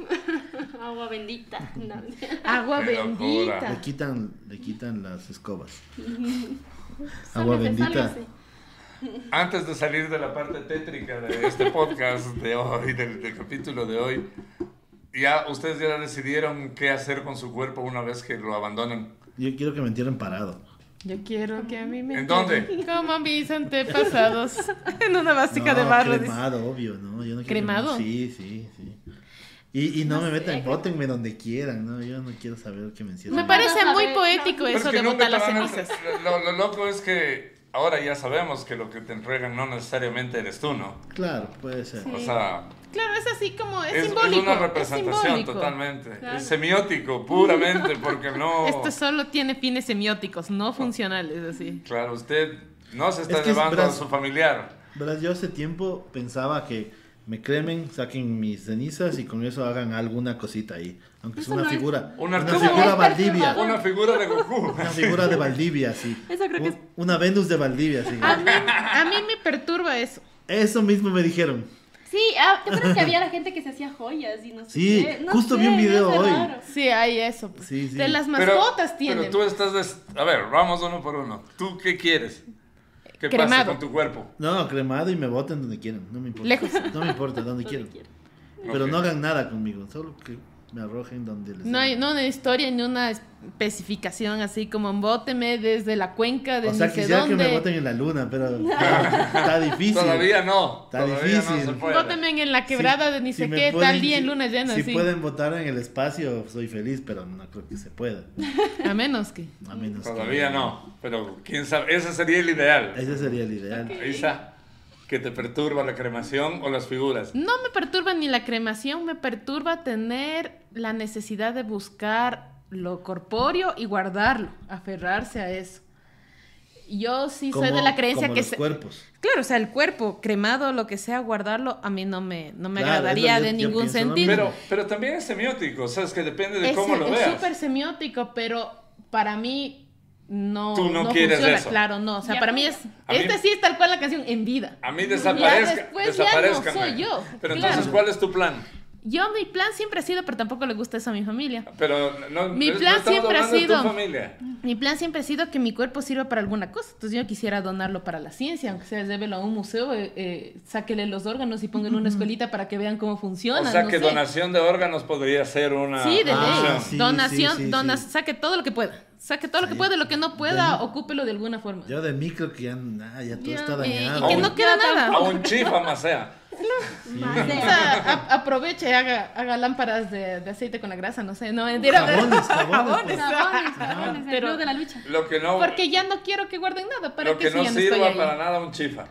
S5: agua bendita. No, mentira.
S2: Agua
S1: Qué locura.
S2: bendita.
S4: Le quitan, le quitan las escobas. Agua
S5: Sálgase,
S4: bendita.
S5: sálgase.
S1: Antes de salir de la parte tétrica de este podcast de hoy, del, del capítulo de hoy, ya ustedes ya decidieron qué hacer con su cuerpo una vez que lo abandonan.
S4: Yo quiero que me entierren parado.
S2: Yo quiero que a mí me.
S1: ¿En dónde?
S2: queden Como mis antepasados. *laughs* en una básica de
S4: No,
S2: barro. dice.
S4: Cremado, obvio, ¿no? Yo no quiero
S2: ¿Cremado?
S4: que me- Sí, sí, sí. Y, y no, me metan, bótenme donde quieran, ¿no? Yo no quiero saber que me encierren.
S2: Me parece
S5: Vamos a
S2: muy
S5: ver,
S2: poético
S5: no.
S1: Pero
S2: eso
S1: es que
S2: de
S1: nunca
S2: botar
S1: te
S2: las
S1: van a-
S2: cenizas.
S1: Lo, lo loco es que ahora ya sabemos que lo que te entregan no necesariamente eres tú, ¿no?
S4: Claro, puede ser.
S1: O sea,
S2: Claro, es así como. Es,
S1: es, es
S2: simbólico.
S1: una representación
S2: es simbólico.
S1: totalmente.
S5: Claro.
S1: Es semiótico, puramente, porque no...
S2: *laughs* Esto solo tiene fines semióticos, no
S1: Oh.
S2: funcionales, así.
S1: Claro, usted no se está
S4: Es que es
S1: llevando a
S4: bras-
S1: su familiar.
S4: Verás, yo hace tiempo pensaba que me cremen, saquen mis cenizas y con eso hagan alguna cosita ahí. Aunque es
S5: Eso
S4: una
S5: no es-
S4: figura.
S1: Un
S4: una
S1: artesano.
S4: figura
S5: Un
S4: Valdivia.
S5: perfumador.
S1: Una figura de
S2: *laughs*
S1: Goku.
S4: Una figura de Valdivia, sí.
S5: Eso creo que
S4: Un-
S5: es-
S4: Una Venus de Valdivia, sí.
S2: A mí, a mí me perturba eso.
S4: Eso mismo me dijeron.
S5: Sí, ah, ¿te acuerdas que había la gente que se hacía joyas y no sé
S4: Sí,
S5: qué? No
S4: justo
S5: sé,
S4: vi un
S5: me
S4: video
S5: hace
S4: hoy.
S5: raro.
S2: Sí, hay eso. pues.
S4: Sí, sí.
S2: De las
S1: *laughs* Pero-
S2: mascotas tienen.
S1: Pero tú estás... des- A ver, vamos uno por uno. ¿Tú qué quieres? ¿Qué pasa
S2: Cremado.
S1: con tu cuerpo?
S4: No, cremado y me voten donde quieran. No me importa.
S2: Lejos.
S4: No me importa, donde
S5: Donde
S4: quieran.
S5: quiera.
S4: Pero
S1: Ok.
S4: no hagan nada conmigo, solo que me arrojen donde les
S2: No hay no una historia ni una especificación así como bóteme desde la cuenca de
S4: O sea,
S2: no sé
S4: quisiera que
S2: dónde.
S4: me voten en la luna,
S2: *laughs*
S4: pero está difícil.
S1: Todavía no.
S4: Está
S1: todavía
S4: difícil.
S1: no se puede.
S2: Bóteme en la quebrada de ni
S4: Si
S2: sé
S4: me
S2: qué,
S4: pueden-
S2: tal día en
S4: si-
S2: luna llena,
S4: Si
S2: así.
S4: pueden votar en el espacio, soy feliz, pero no creo que se pueda.
S2: A menos que.
S4: A menos que-
S1: Todavía no. Pero quién sabe, ese sería el ideal.
S4: Ese sería el ideal.
S1: Isa, que te perturba la cremación o las figuras.
S2: No me perturba ni la cremación, me perturba tener la necesidad de buscar lo corpóreo y guardarlo, aferrarse a eso. Yo sí soy de
S4: Como-
S2: la creencia
S4: como
S2: que
S4: los
S2: se-
S4: cuerpos.
S2: Claro, o sea, el cuerpo cremado, lo que sea, guardarlo, a mí no me, no me
S4: Claro, es lo
S2: agradaría
S4: que
S2: de
S4: yo- yo
S2: ningún
S4: pienso lo
S2: sentido.
S1: Pero, pero también es semiótico, sabes que depende de
S2: es
S1: cómo lo
S2: es
S1: veas.
S2: súper semiótico, pero para mí no,
S1: Tú no quieres
S2: funciona,
S1: eso.
S2: claro, no. O sea,
S5: Ya,
S2: para mí
S5: mira.
S2: es,
S1: A mí- Ah.
S2: esta sí es tal cual la canción, en vida.
S1: A mí desaparezca,
S2: Ya después ya no
S1: desaparezcan,
S2: soy
S1: eh.
S2: yo,
S1: Pero
S2: claro.
S1: entonces, ¿cuál es tu plan?
S2: Yo, mi plan siempre ha sido, pero tampoco le gusta eso a mi familia.
S1: Pero no,
S2: Mi
S1: no
S2: plan
S1: estamos
S2: siempre ha
S1: hablando de tu
S2: sido-
S1: familia.
S2: Mi plan siempre ha sido que mi cuerpo sirva para alguna cosa. Entonces yo quisiera donarlo para la ciencia, aunque sea llévelo a un museo, eh, eh, sáquele los órganos y pónganlo en una escuelita para que vean cómo funciona.
S1: o sea
S2: no
S1: que
S2: sé.
S1: donación de órganos podría ser una.
S2: Sí, de ley.
S4: Ah,
S1: opción.
S4: sí,
S2: donación,
S4: sí, sí,
S2: dona-
S4: sí.
S2: saque todo lo que pueda. Saque todo lo que
S4: Sí.
S2: pueda, lo que no pueda,
S4: Ven.
S2: ocúpelo de alguna forma.
S4: Yo de mí creo que ya, nah, ya todo
S2: Ya,
S4: está
S2: eh, y
S4: dañado.
S2: que
S1: Aún-
S2: no queda
S5: Ya
S2: nada.
S1: A un chifa más sea.
S5: Más de-
S2: O sea, a- aproveche, haga, haga lámparas de, de aceite con la grasa, no sé, no mentira.
S4: Jabones, jabones. pues.
S5: Jabones, jabones, el
S2: Pero-
S5: club de la lucha.
S1: Lo que no,
S2: Porque ya no quiero que guarden nada, para
S1: lo
S2: que
S1: que
S2: si
S1: no
S2: ya no estoy
S1: sirva
S2: ahí.
S1: para nada un
S2: *laughs*
S1: chifa.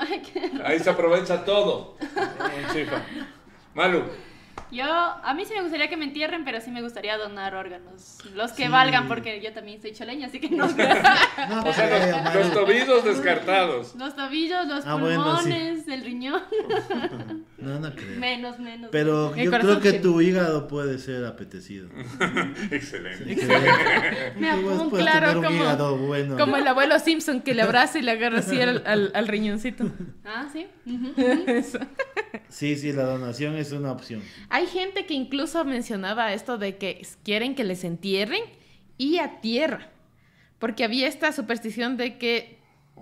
S5: Ay, qué-
S1: *laughs* Ahí se aprovecha todo. Un chifa. Malu,
S5: Yo, a mí sí me gustaría que me entierren, pero sí me gustaría donar órganos. Los que valgan, porque yo también soy choleña, así que
S4: *laughs* No,
S5: no.
S1: o sea,
S4: creo,
S1: los,
S4: mano.
S1: los tobillos descartados.
S5: los tobillos, los
S4: Ah, bueno,
S5: pulmones, el riñón.
S4: no, no creo.
S5: Menos, menos.
S4: Pero
S2: El
S4: yo
S2: corazón
S4: creo que
S2: sí.
S4: tu hígado puede ser apetecido.
S1: Excelente.
S4: Me
S2: apunto,
S4: puedes
S2: claro,
S4: tener un
S2: como-
S4: hígado bueno.
S2: Como el abuelo Simpson que le abraza y le agarra así al, al- al riñoncito.
S5: Ah, sí. ujú.
S2: Eso.
S4: Sí, sí, la donación es una opción.
S2: Hay gente que incluso mencionaba esto de que quieren que les entierren y a tierra. Porque había esta superstición de que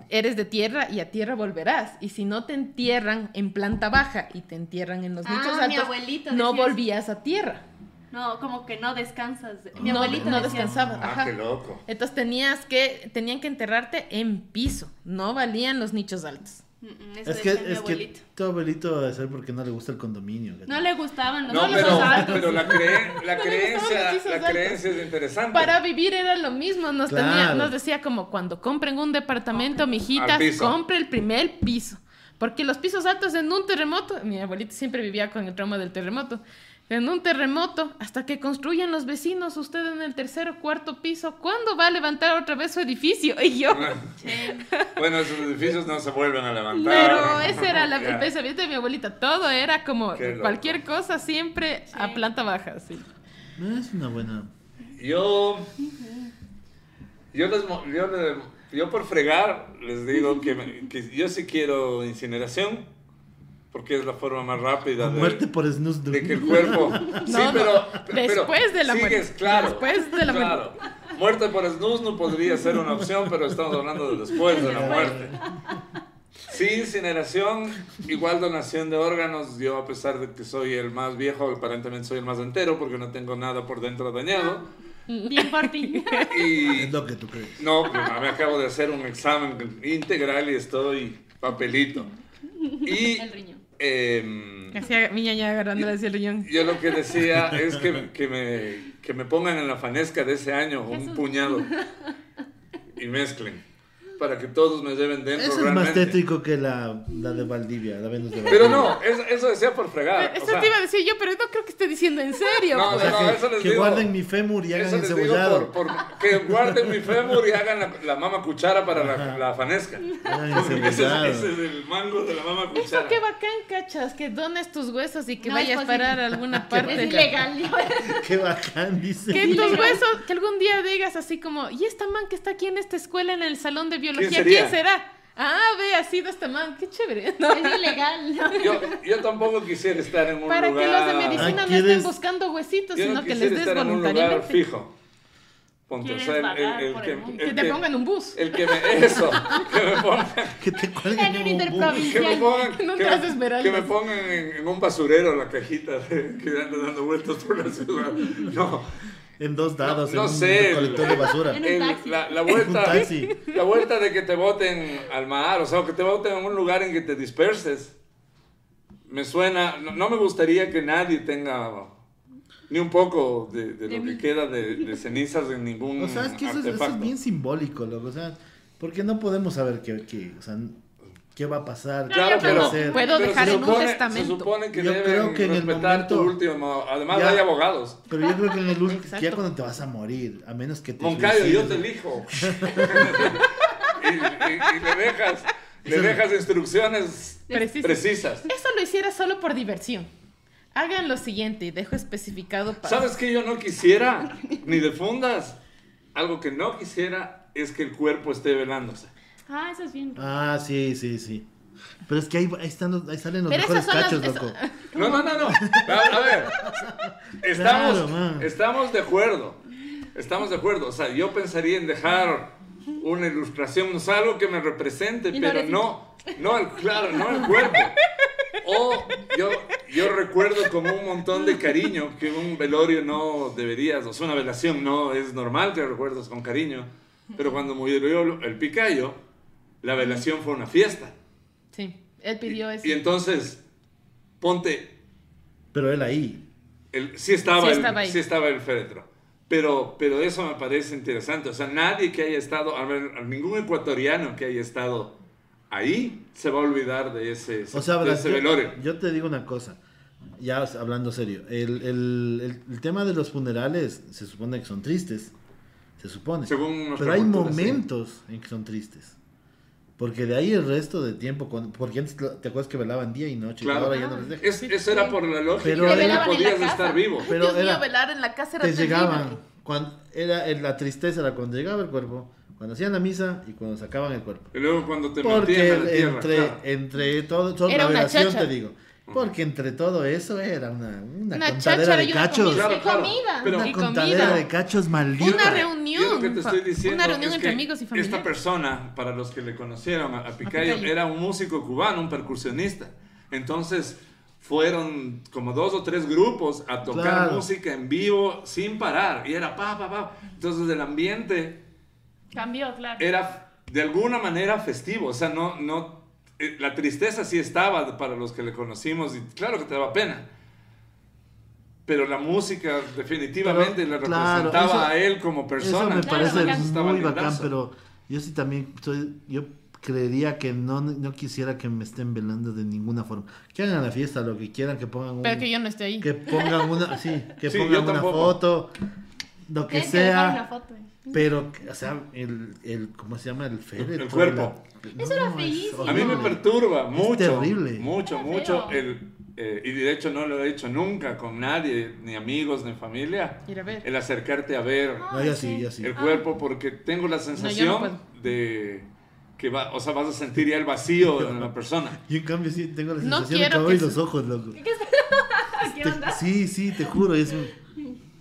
S2: eres de tierra y a tierra volverás. Y si no te entierran en planta baja y te entierran en los
S5: Ah,
S2: nichos
S5: mi
S2: altos,
S5: abuelito
S2: no
S5: decía eso.
S2: volvías a tierra.
S5: No, como que no descansas. Mi
S2: no,
S5: abuelito
S2: no
S5: decía,
S2: descansabas.
S1: Ah,
S2: ajá.
S1: qué loco.
S2: Entonces tenías que, tenían que enterrarte en piso. No valían los nichos altos.
S5: "Mm, mm, eso
S4: Es que,
S5: decía mi
S4: es que
S5: abuelito.
S4: tu abuelito debe ser porque no le gusta el condominio. gato.
S5: No le gustaban los
S1: No,
S5: niños
S1: pero,
S5: altos.
S1: pero la, cre- la
S2: No le gustaban
S1: creencia,
S2: los pisos
S1: la
S2: altos.
S1: creencia es interesante.
S2: Para vivir era lo mismo. Nos, tenía-
S4: Claro.
S2: nos decía como cuando compren un departamento, mijitas,
S1: Al piso.
S2: compre el primer piso. Porque los pisos altos en un terremoto, mi abuelito siempre vivía con el trauma del terremoto. En un terremoto, hasta que construyan los vecinos, usted en el tercero, cuarto piso, ¿cuándo va a levantar otra vez su edificio? *laughs* Y yo,
S1: *laughs* bueno, esos edificios no se vuelven a levantar.
S2: pero ese era la, el
S1: Ah, Ya.
S2: pensamiento de mi abuelita. Todo era como
S1: Qué loco.
S2: cualquier cosa, siempre a planta baja. Sí.
S4: No, Es una buena.
S1: Yo. Yo, les mo- yo, le- yo por fregar les digo que, me- que yo sí quiero incineración porque es la forma más rápida de,
S4: Muerte por snus.
S1: de que el
S2: *laughs*
S1: cuerpo. sí,
S2: no,
S1: pero, pero
S2: después de la
S1: sigues,
S2: muerte,
S1: Claro,
S2: después de la
S1: claro. Muerte por snus no podría ser una opción, pero estamos hablando de después de la muerte. Sí, incineración, igual donación de órganos. Yo, a pesar de que soy el más viejo, aparentemente soy el más entero porque no tengo nada por dentro dañado.
S5: Bien por ti.
S1: Y
S4: *laughs* Es lo que tú crees.
S1: no, pues, me acabo de hacer un examen integral y estoy papelito. Y
S5: El riñón.
S1: em,
S2: Hacía mi ñaña agarrándole hacia el riñón.
S1: yo lo que decía es que, que, me, que me pongan en la fanesca de ese año un puñado y mezclen para que todos me lleven dentro
S4: Eso es
S1: realmente.
S4: más tétrico que la, la de Valdivia, la Venus de Valdivia.
S1: Pero no, eso, eso decía por fregar.
S2: Pero
S1: Ah, o
S2: Eso
S1: sea,
S2: te iba a decir yo, pero no creo que esté diciendo en serio.
S1: No,
S4: O
S2: pues.
S4: sea,
S1: No,
S4: que,
S1: eso les
S4: que
S1: digo.
S4: guarden mi fémur y hagan
S1: eso les digo
S4: encebollado.
S1: por, por- que guarden mi fémur y hagan la, la mama cuchara para la, la fanesca.
S4: Hagan
S1: Porque ese, es- *laughs*
S4: encebollado.
S1: ese es el mango de la mama
S2: Eso
S1: cuchara.
S2: qué bacán, cachas, que dones tus huesos y que
S5: No es
S2: vayas a
S5: posible.
S2: parar a
S5: *laughs*
S2: alguna
S5: Es
S2: parte.
S5: ilegal. *laughs* digo.
S4: Qué bacán, dice.
S2: Que tus huesos, que algún día digas así como, ¿y esta man que está aquí en esta escuela en el salón de biología? ¿Quién,
S1: sería?
S2: será? Ah, ve, ha sido esta man, qué chévere. *laughs* ¿no?
S5: Es ilegal. ¿no?
S1: Yo, yo tampoco quisiera estar en un
S2: Para
S1: lugar...
S2: que los de medicina
S4: Ah,
S2: no estén
S4: ¿quieres?
S2: buscando huesitos,
S1: Yo
S2: sino
S1: no
S2: que
S1: quisiera
S2: les des
S1: estar en un lugar
S2: voluntariamente.
S1: fijo. Ponte, o
S5: Quieres
S1: sea, el, el-
S5: vagar
S1: el
S5: por
S1: que,
S5: el mundo.
S1: el
S2: Que te
S1: que-
S2: pongan un bus.
S1: el que me eso, que me pongan,
S4: Que te cuelguen
S5: En un
S4: un
S2: *laughs*
S5: interprovincial.
S1: que me pongan,
S2: No
S1: que
S2: te
S1: me-
S2: haces ver algo.
S1: que me pongan en, en un basurero la cajita de- que anda dando vueltas por la ciudad. No,
S4: en dos dados,
S1: No- no
S4: en un
S1: sé.
S4: recolector de basura.
S5: En un
S1: el-
S5: taxi.
S1: la, la
S4: En un
S1: vuelta,
S4: taxi.
S1: la vuelta de que te boten al mar, o sea, o que te boten en un lugar en que te disperses. Me suena, no, no me gustaría que nadie tenga ni un poco de, de lo que queda de, de cenizas en ningún
S4: O sea, es que eso, es- eso es
S1: artefacto.
S4: bien simbólico, loco. O sea, porque no podemos saber qué, qué, o sea, qué va a pasar. qué
S1: Claro,
S4: va a
S1: pero
S4: hacer.
S2: puedo
S1: pero
S2: dejar
S1: se
S2: en un
S1: supone-
S2: testamento.
S1: Se supone que
S4: Yo
S1: deben
S4: creo que en el
S1: respetar tu
S4: momento-
S1: último. Además,
S4: Ya.
S1: hay abogados.
S4: Pero yo creo que en el último,
S2: Exacto.
S4: ya cuando te vas a morir, a menos que te.
S1: Moncayo, yo te
S4: suicides. *laughs*
S1: elijo. y, y- y le dejas, le dejas instrucciones
S2: Precisas.
S1: precisas.
S2: Eso lo hiciera solo por diversión. Hagan lo siguiente y dejo especificado para...
S1: ¿Sabes qué yo no quisiera? Ni de fundas. Algo que no quisiera es que el cuerpo esté velándose.
S5: Ah, eso es bien.
S4: Ah, sí, sí, sí. Pero es que ahí, ahí están los- ahí salen los
S2: Pero esas
S4: mejores
S2: son las-
S4: cachos,
S2: esa- *laughs*
S4: loco.
S1: No, no, no, no. A, a ver. Estamos,
S4: Claro, man.
S1: estamos de acuerdo. Estamos de acuerdo. O sea, yo pensaría en dejar una ilustración, o sea, algo que me represente,
S5: Y no
S1: pero
S5: eres-
S1: no, no al, claro, no al cuerpo. O yo, yo recuerdo como un montón de cariño que un velorio no deberías, o sea, una velación no es normal que recuerdas con cariño, pero cuando murió el picayo, la velación fue una fiesta.
S2: Sí, él pidió eso.
S1: Y entonces, ponte,
S4: Pero él ahí.
S1: el- sí, estaba
S2: Sí
S1: el,
S2: estaba ahí.
S1: sí estaba el féretro. Pero, pero eso me parece interesante. O sea, nadie que haya estado, a ver, a ningún ecuatoriano que haya estado ahí se va a olvidar de ese,
S4: O sea,
S1: de
S4: verás,
S1: ese
S4: yo-
S1: velorio.
S4: Yo te digo una cosa, ya o sea, hablando serio, el, el- el- el tema de los funerales se supone que son tristes, se supone.
S1: Según nuestra
S4: pero hay
S1: cultura, sí.
S4: momentos en que son tristes. Porque de ahí el resto de tiempo, cuando- porque antes lo- te acuerdas que velaban día y noche, y
S1: Claro.
S4: ahora ya no les dejan.
S1: Es- eso era por la lógica.
S4: Pero
S1: de que
S4: era-
S1: podías
S5: en la casa.
S1: estar vivo.
S4: Pero
S2: Dios
S4: era-
S2: mío, velar en la casa era
S4: te
S2: terrible.
S4: llegaban, cuando, era en la tristeza era cuando llegaba el cuerpo, cuando hacían la misa y cuando sacaban el cuerpo.
S1: Y luego cuando te metían
S4: Porque
S1: a la tierra.
S4: entre,
S1: claro.
S4: entre todo, todo
S2: Era
S4: la
S2: una
S4: velación
S2: chacha.
S4: te digo, Porque entre todo eso era una, una,
S2: Una
S4: contadera
S2: cháchara
S4: de
S2: y una
S4: cachos.
S2: comida.
S1: Claro,
S2: Y
S1: claro.
S2: comida.
S1: Pero-
S4: Una
S2: Y
S4: contadera
S2: comida.
S4: de cachos maldita.
S2: Una
S1: Yo lo que
S2: reunión.
S1: te
S2: fa-
S1: estoy diciendo
S2: una reunión
S1: es
S2: entre
S1: que
S2: amigos y
S1: Esta
S2: familia.
S1: persona, para los que le conocieron a, a Picayo,
S2: Picayo.
S1: era un músico cubano, un percusionista. Entonces fueron como dos o tres grupos a tocar
S4: Claro.
S1: música en vivo sin parar. Y era pa, pa, pa. Entonces el ambiente
S5: Cambió, claro.
S1: era de alguna manera festivo, o sea, no, no, eh, la tristeza sí estaba para los que le conocimos y claro que te daba pena. Pero la música definitivamente
S4: Pero,
S1: le
S4: claro,
S1: representaba
S4: eso-
S1: a él como persona.
S4: Eso me
S5: Claro,
S4: parece
S5: bacán.
S4: muy bacán, pero yo sí también estoy, yo creería que no, no quisiera que me estén velando de ninguna forma. Que hagan la fiesta, lo que quieran, que pongan un-
S2: Pero que yo no estoy ahí.
S4: que pongan una, sí, que
S1: Sí, yo
S4: pongan una
S1: tampoco.
S4: foto, lo que
S5: Tienen dejar una
S4: sea,
S5: foto.
S4: pero, o sea, el, el, ¿cómo se llama? El féretro.
S1: El cuerpo.
S4: la-
S5: Eso era
S4: es
S5: feísimo.
S1: A mí me
S4: horrible.
S1: perturba mucho,
S4: terrible.
S1: mucho,
S5: Era
S1: mucho.
S5: feo.
S1: El, eh, y de hecho no lo he hecho nunca con nadie, ni amigos, ni familia.
S2: Ir a ver.
S1: El acercarte a ver
S4: No, yo sí, yo sí.
S1: el cuerpo porque tengo la sensación
S2: puedo.
S1: de que va, o sea, vas a sentir ya el vacío en la persona.
S4: Yo en cambio sí tengo la
S2: No
S4: sensación de que
S2: quiero
S4: abro
S2: que
S4: los
S2: se-
S4: ojos,
S2: *laughs*
S4: loco. *laughs*
S5: ¿Qué
S4: Te-
S5: onda?
S4: sí, sí, te juro, es un-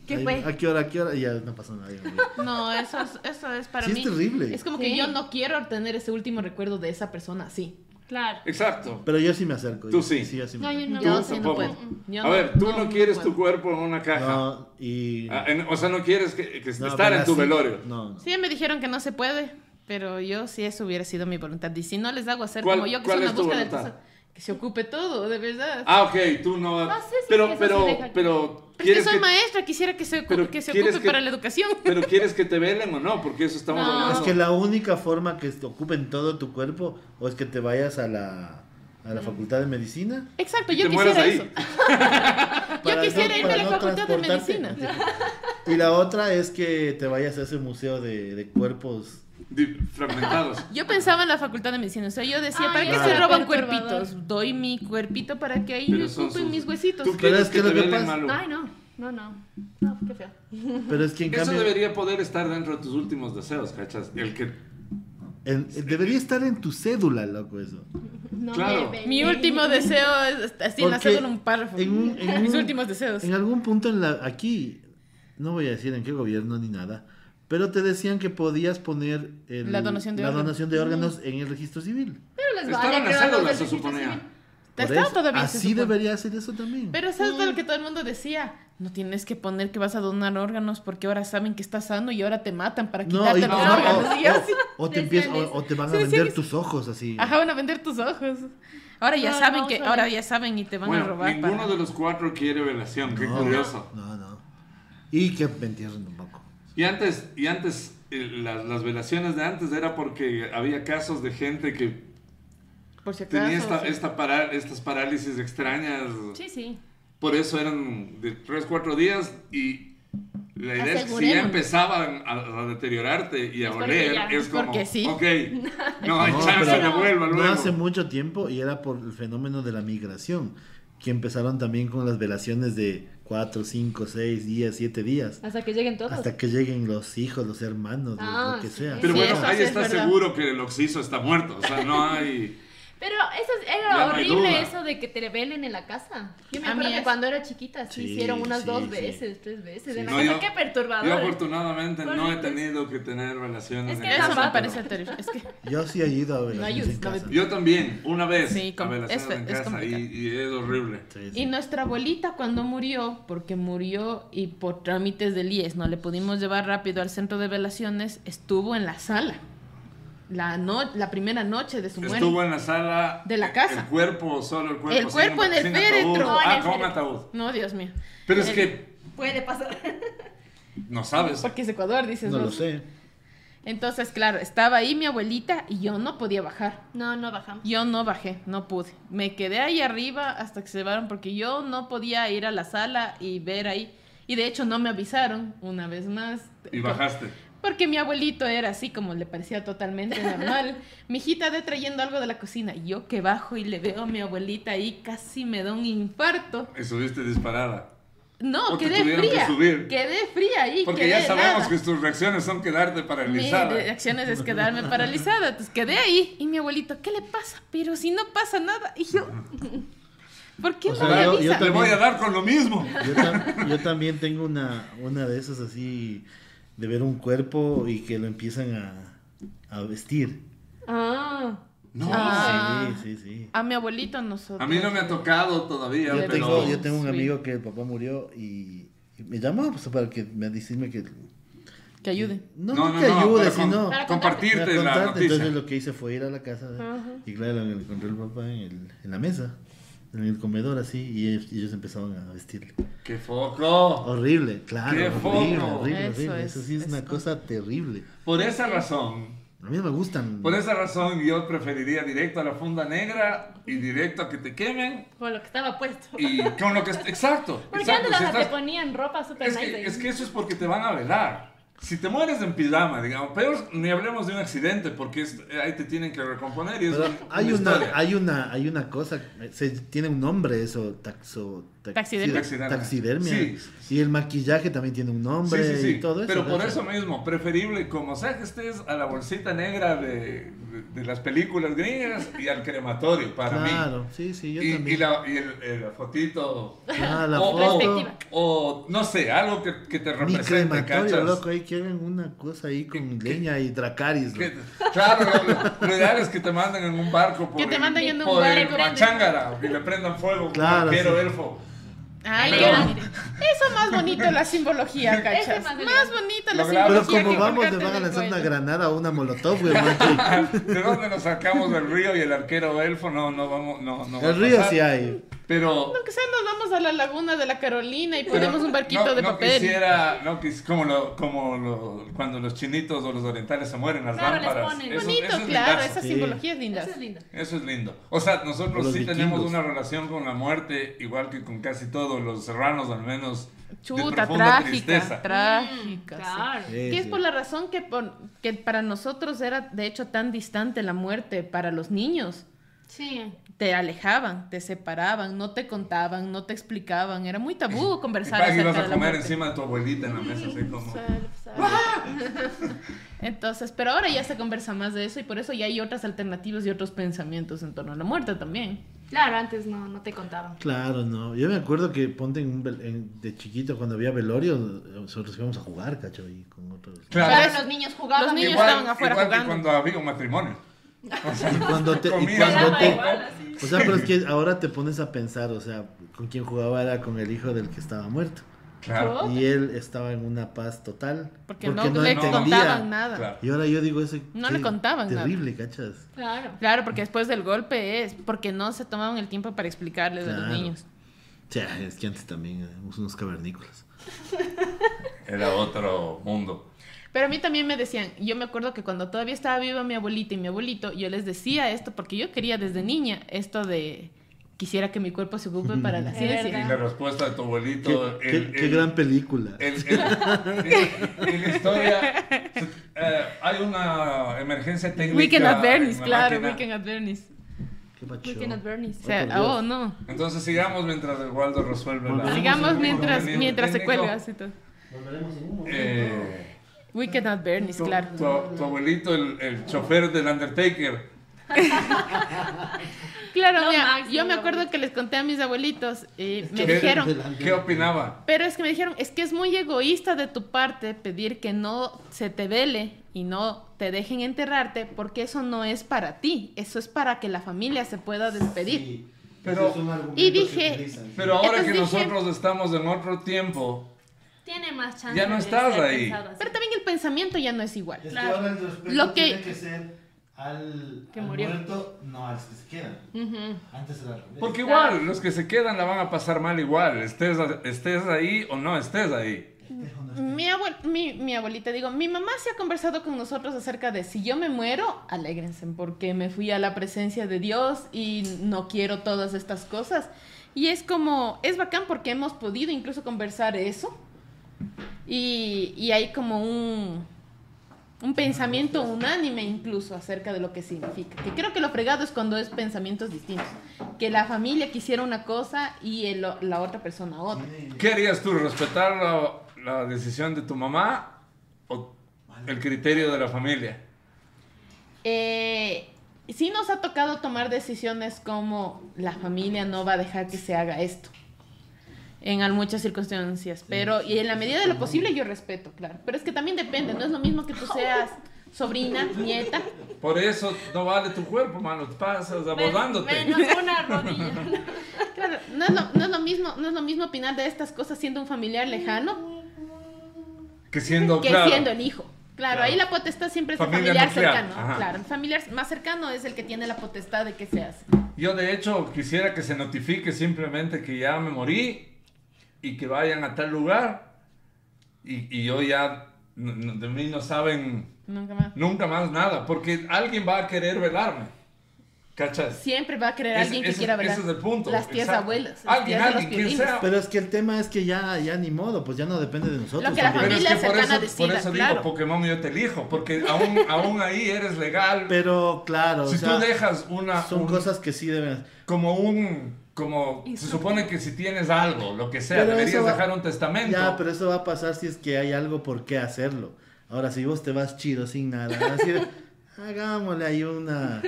S5: ¿Qué
S4: Ay,
S5: fue?
S4: ¿A qué hora? ¿A qué hora? Y Ya no pasó nada. ya me voy.
S2: No, eso es, eso es para
S4: Sí, es
S2: mí.
S4: terrible.
S2: Es como
S5: Sí.
S2: que yo no quiero tener ese último recuerdo de esa persona así.
S5: Claro.
S1: Exacto.
S4: Pero yo sí me acerco.
S1: Tú
S4: yo-
S1: sí.
S4: yo sí me
S5: No, yo
S4: acerco.
S5: no.
S1: Tú
S2: Yo sí no
S1: tampoco.
S2: puedo. Yo
S1: a ver, tú no, quieres
S2: puedo.
S1: tu cuerpo en una caja.
S4: No, y...
S1: Ah, en- o sea, no quieres que, que
S4: no,
S1: estar
S4: pero
S1: en tu
S4: así-
S1: velorio.
S4: No, no.
S2: Sí, me dijeron que no se puede, pero yo sí, eso hubiera sido mi voluntad. Y si no les hago hacer
S1: ¿Cuál-
S2: como yo, que
S1: cuál
S2: soy una
S1: es tu
S2: búsqueda de
S1: voluntad?
S2: cosas, que se ocupe todo, de verdad.
S1: Ah, ok, tú no.
S5: No sé si
S1: pero,
S5: es que eso
S1: pero,
S5: se deja-
S1: pero,
S2: Pero es que
S1: ¿quieres
S2: soy
S1: que,
S2: maestra, quisiera que se ocupe,
S1: pero
S2: que se
S1: ¿quieres
S2: ocupe
S1: que-
S2: para la educación. *laughs*
S1: pero quieres que te velen o no, porque eso estamos
S5: No.
S1: hablando.
S4: Es que la única forma que te ocupen todo tu cuerpo o es que te vayas a la, a la
S2: Mm.
S4: facultad de medicina.
S2: Exacto,
S1: Y
S2: yo
S1: te mueras
S2: quisiera
S1: ahí.
S2: eso. Yo quisiera irme a
S4: para
S2: la facultad de
S4: transportarte.
S2: medicina.
S4: Y la otra es que te vayas a ese museo de, de cuerpos.
S1: Di- Fragmentados.
S2: Yo pensaba en la facultad de medicina, o sea, yo decía,
S5: Ay,
S2: ¿para qué
S4: eso
S2: se
S4: es
S2: roban
S5: perturbador.
S2: cuerpitos? Doy mi cuerpito para que ahí
S1: Pero
S2: me
S1: son
S2: ocupen
S1: sus-
S2: mis huesitos.
S1: Tú
S4: Pero
S1: quieres
S4: es
S1: que,
S4: que lo
S1: te
S4: que
S1: velen,
S4: pasa-
S1: Malu.
S5: Ay, no, no, no. No, qué feo.
S4: Pero es que en
S1: Eso
S4: cambio...
S1: debería poder estar dentro de tus últimos deseos, ¿cachas? El que
S4: en- en- debería estar en tu cédula, loco, eso.
S5: No
S1: Claro.
S5: me
S2: Mi último deseo es así,
S4: Porque
S2: enlazado en un párrafo.
S4: en un-
S2: *laughs*
S4: en
S2: mis
S4: un-
S2: últimos deseos.
S4: En algún punto en la, aquí, no voy a decir en qué gobierno ni nada, pero te decían que podías poner el-
S2: La donación de
S4: la
S2: órganos.
S4: donación de órganos en el registro civil.
S5: Pero
S2: Pues
S5: les vale,
S1: estaban las
S5: creo, a los
S1: células,
S5: del
S1: se
S5: registro
S1: suponía.
S5: civil.
S2: Está
S4: Por eso,
S2: todavía, se
S4: Así
S2: supone.
S4: debería ser eso también.
S2: Pero eso es lo que todo el mundo decía. No tienes que poner que vas a donar órganos porque ahora saben que estás sano y ahora te matan para quitarte
S4: y-
S2: los
S4: o-
S2: órganos.
S4: o-
S2: Y yo
S4: o-
S2: así,
S4: o te
S5: Decían
S4: empiezan- o-
S5: eso.
S4: o te van a
S2: Sí, decían
S4: vender
S2: que-
S4: tus ojos así.
S2: Ajá, van a vender tus ojos. Ahora ya
S5: No,
S2: saben
S5: no,
S2: que,
S5: saben.
S2: ahora ya saben y te van a
S1: Bueno,
S2: robar.
S1: ninguno
S2: para-
S1: de los cuatro quiere velación, qué
S4: No,
S1: curioso.
S4: No, no. Y que me entierren un poco.
S1: Y antes, y antes eh, las, las velaciones de antes era porque había casos de gente que
S2: Por si acaso.
S1: tenía esta,
S2: sí.
S1: esta para- estas parálisis extrañas.
S5: Sí, sí.
S1: Por eso eran de 3, 4 días y la idea es que si ya
S2: Aseguremos.
S1: empezaban a, a deteriorarte y a
S5: Es porque
S1: oler,
S5: ya,
S1: es como,
S2: porque sí. *laughs*
S1: ok, no hay
S4: No,
S1: chance
S4: pero
S1: de vuelva
S4: No
S1: luego.
S4: hace mucho tiempo y era por el fenómeno de la migración, que empezaron también con las velaciones de 4, 5, 6 días, 7 días,
S5: Hasta que lleguen todos.
S4: hasta que lleguen los hijos, los hermanos, los-
S5: Ah,
S4: lo que
S5: sí.
S4: sea.
S1: Pero
S2: Sí,
S1: bueno,
S2: eso
S1: ahí
S2: sí es
S1: está
S2: verdad.
S1: seguro que el oxiso está muerto, o sea, no hay...
S5: Pero eso es-
S1: Ya
S5: era
S1: no hay
S5: horrible
S1: duda.
S5: eso de que te velen en la casa. Yo me
S2: A
S5: acuerdo
S2: mí
S5: que
S2: es-
S5: cuando era chiquita sí,
S4: Sí,
S5: hicieron unas
S4: sí,
S5: dos
S4: sí.
S5: veces, tres veces.
S4: Sí.
S5: En la
S1: No,
S5: casa,
S1: yo-
S5: qué
S1: Yo
S5: perturbador.
S1: afortunadamente no he
S5: Horrible.
S1: tenido que tener relaciones
S5: Es que
S1: en
S5: esa
S1: casa,
S2: pues, Eso me
S1: pero-
S2: parece
S5: Zapato.
S2: terrible. Es que
S4: Yo sí he ido a velaciones
S2: ayudes,
S4: en
S2: no me-
S4: casa.
S1: Yo también, una vez,
S2: Sí,
S1: a
S2: com-
S1: velaciones
S2: es-
S1: en
S2: es
S1: casa y,
S2: complicado.
S1: y es horrible.
S4: Sí, sí.
S2: Y nuestra abuelita cuando murió, porque murió y por trámites del IES no le pudimos llevar rápido al centro de velaciones, estuvo en la sala. La, no, la primera noche de su muerte.
S1: Estuvo en la sala...
S2: De la
S1: el-
S2: casa.
S1: El cuerpo, solo el cuerpo.
S2: El cuerpo en el
S1: ataúd.
S2: féretro. No,
S5: en
S1: Ah,
S5: el
S1: con
S5: féretro.
S1: ataúd.
S2: No, Dios mío.
S1: Pero es
S2: El-
S1: que
S5: Puede pasar.
S1: no sabes.
S2: Porque es Ecuador, dices.
S4: No lo
S2: vos.
S4: sé.
S2: Entonces, claro, estaba ahí mi abuelita y yo no podía bajar.
S5: No, no bajamos.
S2: Yo no bajé, no pude. Me quedé ahí arriba hasta que se llevaron porque yo no podía ir a la sala y ver ahí. Y de hecho no me avisaron una vez más.
S1: Y bajaste.
S2: Porque mi abuelito era así, como le parecía totalmente
S1: *laughs*
S2: normal. mi hijita de trayendo algo de la cocina. Y yo que bajo y le veo a mi abuelita ahí, casi me da un infarto.
S1: Y subiste disparada.
S2: No,
S1: Porque
S2: quedé
S1: tuvieron que
S2: fría.
S1: subir.
S2: Quedé fría ahí.
S1: Porque
S2: quedé
S1: ya sabemos
S2: helada.
S1: que tus reacciones son quedarte
S2: Mi
S1: paralizada.
S2: acciones es quedarme paralizada. Entonces quedé ahí. Y mi abuelito, ¿qué le pasa? Pero si no pasa nada. Y yo, *laughs* ¿Por qué
S4: O
S2: no
S4: sea, yo- yo
S2: revisa?
S1: Le
S4: también-
S1: voy a dar con lo mismo.
S2: Ah.
S4: Yo, tam- yo también tengo una, una de esas así de ver un cuerpo y que lo empiezan a, a vestir.
S3: Ah.
S1: No.
S2: Ah.
S4: Sí, sí, sí.
S2: A mi abuelito nosotros.
S1: A mí no me ha tocado todavía,
S4: Yo
S1: pero...
S4: tengo, yo tengo un
S2: Sí.
S4: amigo que el papá murió y, y me llamó pues, para que me decirme que...
S2: Que ayude.
S4: No, no, que ayude,
S1: para con-
S4: sino...
S3: Para
S1: compartirte
S4: para
S1: la
S4: contarte.
S1: noticia.
S4: Entonces lo que hice fue ir a la casa de- y claro, me encontré el papá en, el- en la mesa, en el comedor así, y ellos, y ellos empezaron a vestirle.
S1: ¡Qué foco!
S4: Horrible, claro.
S1: ¡Qué
S4: horrible,
S1: foco!
S4: horrible,
S2: Eso
S4: horrible.
S2: es,
S4: Eso sí es una
S2: eso.
S4: cosa terrible.
S1: Por esa razón,
S4: A mí no me gustan.
S1: por esa razón yo preferiría directo a la funda negra y directo a que te quemen
S5: Con lo que estaba puesto.
S1: y con lo que... Exacto,
S5: Porque
S1: exacto,
S5: antes
S1: si
S5: las- te
S1: estás-
S5: ponían ropa super
S1: Es
S5: nice.
S1: que,
S5: ahí.
S1: es que eso es porque te van a velar. Si te mueres en pijama, digamos, pero ni hablemos de un accidente, porque es- ahí te tienen que recomponer y es
S4: Pero
S1: un-
S4: hay
S1: una
S4: una,
S1: historia.
S4: hay una, hay una cosa, se tiene un nombre eso, taxo, taxi-
S2: Taxidermia.
S4: taxidermia.
S1: Sí.
S4: Y el maquillaje también tiene un
S1: Sí,
S4: nombre
S1: sí, sí.
S4: y todo eso.
S1: Pero por
S4: ¿no?
S1: eso mismo, preferible, como sea que estés a la bolsita negra de, de- de las películas gringas y al crematorio, para mí.
S4: Claro, sí, sí, yo
S1: Y,
S4: también.
S1: y la, y el- el- la fotito.
S4: Ah, la
S1: o,
S4: foto.
S1: o- o, no sé, algo que, que te
S4: Mi
S1: represente,
S4: crematorio,
S1: ¿cachas?
S4: loco, ahí quieren una cosa ahí
S1: ¿Qué-
S4: con
S1: qué-
S4: leña y dracaris.
S1: Que-
S4: loco.
S1: claro, lo, lo ideal es que te manden en un barco por
S2: Que te
S1: el-
S2: manden en un
S1: por el
S2: barco.
S1: Machangara y le prendan fuego
S4: Claro,
S1: quiero
S4: sí.
S1: elfo.
S2: Ay,
S1: Pero-
S2: ya. Eso más bonito la simbología,
S5: Ese
S2: cachas.
S5: más
S2: Más bonito la
S1: Logramos.
S4: Pero
S2: simbología. que
S4: como vamos,
S2: colgarte
S4: te van a
S2: del
S4: lanzar una
S2: cuello.
S4: granada o una molotov,
S1: *laughs*
S4: güey. macho.
S1: ¿De dónde nos sacamos del río y el arquero elfo? No, no vamos, no, no va
S4: El
S1: a
S4: río
S1: pasar.
S4: sí hay.
S1: Pero
S2: Aunque sea, nos vamos a la laguna de la Carolina y
S1: pero
S2: ponemos un barquito
S1: no-
S2: de
S1: no
S2: papel.
S1: Quisiera, no quis- como, lo, como lo- cuando los chinitos o los orientales se mueren las
S5: Claro, les
S1: lámparas.
S5: ponen.
S1: Eso-
S2: Bonito,
S1: eso es
S2: claro,
S1: lindazo.
S2: esa
S4: Sí.
S2: simbología es linda.
S5: Eso es lindo.
S1: Eso es lindo. O sea,
S4: O
S1: nosotros
S4: los
S1: sí tenemos
S4: vikingos.
S1: una relación con la muerte, igual que con casi todos los serranos, al menos. de
S2: Chuta,
S1: profunda
S2: trágica,
S1: tristeza.
S2: trágica. sí.
S5: Claro.
S4: Sí,
S2: Que es
S4: sí.
S2: por la razón que, por- que para nosotros era de hecho tan distante la muerte para los niños.
S5: Sí.
S2: Te alejaban, te separaban, no te contaban, no te explicaban. Era muy
S1: Eh,
S2: tabú conversar
S1: Y
S2: acerca
S1: vas
S2: de
S1: a
S2: la
S1: comer
S2: muerte.
S1: encima de tu abuelita en la mesa, así como.
S5: Sal- sal-
S2: Entonces, pero ahora ya se conversa más de eso y por eso ya hay otras alternativas y otros pensamientos en torno a la muerte también.
S5: Claro, antes no, no te contaban.
S4: Claro, no. Yo me acuerdo que ponte en un vel- en- de chiquito cuando había velorio, eh, nosotros íbamos a jugar, cacho, y con otros.
S1: Claro,
S5: Claro, los niños jugaban.
S2: Los niños
S1: igual,
S2: estaban afuera
S1: igual que
S2: jugando.
S1: cuando había un matrimonio. O sea,
S4: Y cuando te, y
S1: comida,
S4: cuando
S1: ¿no?
S4: te-
S5: igual, así.
S4: o sea, pero es que ahora te pones a pensar, o sea, con quien jugaba era con el hijo del que estaba muerto.
S1: Claro,
S4: Y él estaba en una paz total.
S2: Oh. Porque, no, le
S1: entendía.
S2: contaban nada.
S1: claro.
S4: Y ahora yo digo eso.
S2: No
S4: qué
S2: le contaban nada.
S4: Terrible, cachas.
S5: Claro.
S2: Claro, porque después del golpe es porque no se tomaban el tiempo para explicarles a
S4: Claro.
S2: los niños.
S4: O sea, es que antes también éramos unos cavernícolas.
S1: Era otro mundo.
S2: Pero a mí también me decían, yo me acuerdo que cuando todavía estaba viva mi abuelita y mi abuelito, yo les decía esto porque yo quería desde niña esto de quisiera que mi cuerpo se ocupe para la
S5: *laughs* Es
S1: Y
S2: ciencia.
S5: verdad.
S1: la respuesta de tu
S4: Qué,
S1: abuelito.
S4: qué-
S1: el-
S4: qué
S1: el-
S4: gran película.
S1: el- el- el- el- la historia. eh, hay una emergencia técnica.
S2: Weekend at Bernie's,
S1: en la
S2: claro,
S1: máquina.
S2: Weekend at Bernie's.
S4: Qué macho.
S5: Weekend at Bernie's.
S2: O sea,
S4: por Dios.
S2: oh, no.
S1: Entonces sigamos mientras el Waldo resuelve la.
S4: Volveremos
S2: Sigamos
S4: Vamos a
S2: mientras,
S1: inconveniente
S2: mientras se
S1: técnico.
S2: cuelga así todo.
S1: Eh,
S2: Weekend at Bernie's,
S1: tu,
S2: claro.
S1: tu- tu abuelito, el, el chofer del Undertaker.
S2: Claro,
S5: Lo
S2: mira,
S5: máximo,
S2: yo me
S5: lo
S2: acuerdo que les conté a mis abuelitos y me
S1: ¿Qué-
S2: dijeron,
S1: ¿Qué opinaba?
S2: Pero es que me dijeron, es que es muy egoísta de tu parte pedir que no se te vele y no te dejen enterrarte porque eso no es para ti, eso es para que la familia se pueda despedir.
S1: Pero- es
S2: Y dije,
S1: Pero ahora
S2: Entonces
S1: que
S2: dije-
S1: nosotros estamos en otro tiempo,
S5: Tiene más chance.
S1: Ya no
S5: de
S1: estás
S5: ser
S1: ahí.
S5: pensado así.
S2: Pero también el pensamiento ya no es igual.
S4: Es que
S5: Claro.
S4: ahora el respeto
S2: Lo que-
S4: tiene que ser al,
S5: Que
S4: al
S5: murió.
S4: muerto, no al que se queda. Antes era al revés.
S1: porque igual los que se quedan la van a pasar mal igual, estés, estés ahí o no estés ahí.
S4: Dejo no-
S2: Mi, abuel- mi, mi abuelita, digo, mi mamá se ha conversado con nosotros acerca de si yo me muero, alégrense, porque me fui a la presencia de Dios y no quiero todas estas cosas. Y es como, es bacán porque hemos podido incluso conversar eso. Y, y hay como un, un pensamiento unánime incluso acerca de lo que significa. Que creo que lo fregado es cuando es pensamientos distintos. Que la familia quisiera una cosa y el- la otra persona otra.
S1: ¿Qué harías tú? ¿Respetar la, la decisión de tu mamá o el criterio de la familia?
S2: Eh, sí nos ha tocado tomar decisiones como la familia no va a dejar que se haga esto en al- muchas circunstancias, pero y en la medida de lo posible yo respeto, claro, pero es que también depende, no es lo mismo que tú seas sobrina, nieta,
S1: Por eso no vale tu cuerpo, mano. Te pasas abordándote.
S5: Menos una rodilla.
S2: Claro, no es, lo, no es lo mismo, no es lo mismo opinar de estas cosas siendo un familiar lejano
S1: Que siendo,
S2: que
S1: claro.
S2: siendo el hijo. Claro,
S1: Claro.
S2: ahí la potestad siempre es
S1: Familia
S2: el familiar
S1: nuclear,
S2: cercano.
S1: ajá.
S2: Claro, el familiar más cercano es el que tiene la potestad de que seas.
S1: Yo de hecho quisiera que se notifique simplemente que ya me morí y que vayan a tal lugar y, y yo ya no- no- de mí no saben
S2: Nunca más.
S1: nunca más nada porque alguien va a querer velarme. ¿Cachas?
S2: Siempre va a querer
S1: Ese-
S2: alguien que
S1: ese-
S2: quiera velar.
S1: Ese es el punto.
S2: Las tías
S1: exacto.
S2: abuelas. las
S1: Alguien,
S2: tías de los
S1: alguien, quien
S2: piolines.
S1: sea.
S4: Pero es que el tema es que ya, ya ni modo, pues ya no depende de nosotros.
S2: Lo que la
S1: Pero es
S4: también.
S1: que
S2: familia
S1: por
S2: cercana
S1: eso, por
S2: decida,
S1: eso digo
S2: claro.
S1: Pokémon yo te elijo, porque
S2: *laughs*
S1: aún, aún ahí eres legal.
S4: Pero, claro,
S1: si
S4: o sea,
S1: tú dejas una,
S4: son
S1: un-
S4: cosas que sí deben...
S1: como un como se supone que si tienes algo, lo que sea,
S4: Pero
S1: deberías
S4: eso va-
S1: dejar un testamento.
S4: Ya, pero eso va a pasar si es que hay algo por qué hacerlo. Ahora, si vos te vas chido sin nada, así de, *laughs* hagámosle
S1: *laughs*
S4: ahí una...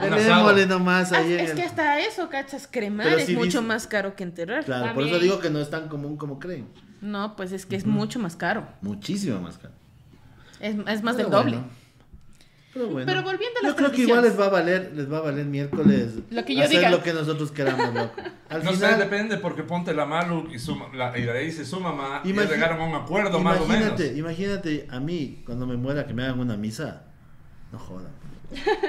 S4: Démosle nomás
S2: Ah,
S4: ahí. en
S2: Es
S4: el-
S2: que hasta eso, cachas, cremar
S4: Pero
S2: es
S4: si
S2: mucho
S4: dice-
S2: más caro que enterrar.
S4: Claro, por
S5: También.
S4: eso digo que no es tan común como creen.
S2: No, pues es que es mucho más caro.
S4: Muchísimo más caro.
S2: Es, es más
S4: Pero
S2: del doble.
S4: bueno. Pero bueno.
S2: Pero volviendo a
S4: Yo
S2: las
S4: creo que igual les
S2: tradiciones.
S4: va a valer, les va a valer miércoles
S2: Lo que yo
S4: hacer
S2: diga.
S4: lo que nosotros queramos, loco. Al
S1: no sé,
S4: final,
S1: depende porque ponte la Malu y, su, la, y de ahí se su mamá
S4: Imagi-
S1: y llegaron a un acuerdo más o menos.
S4: imagínate, imagínate a mí cuando me muera que me hagan una misa. No jodan.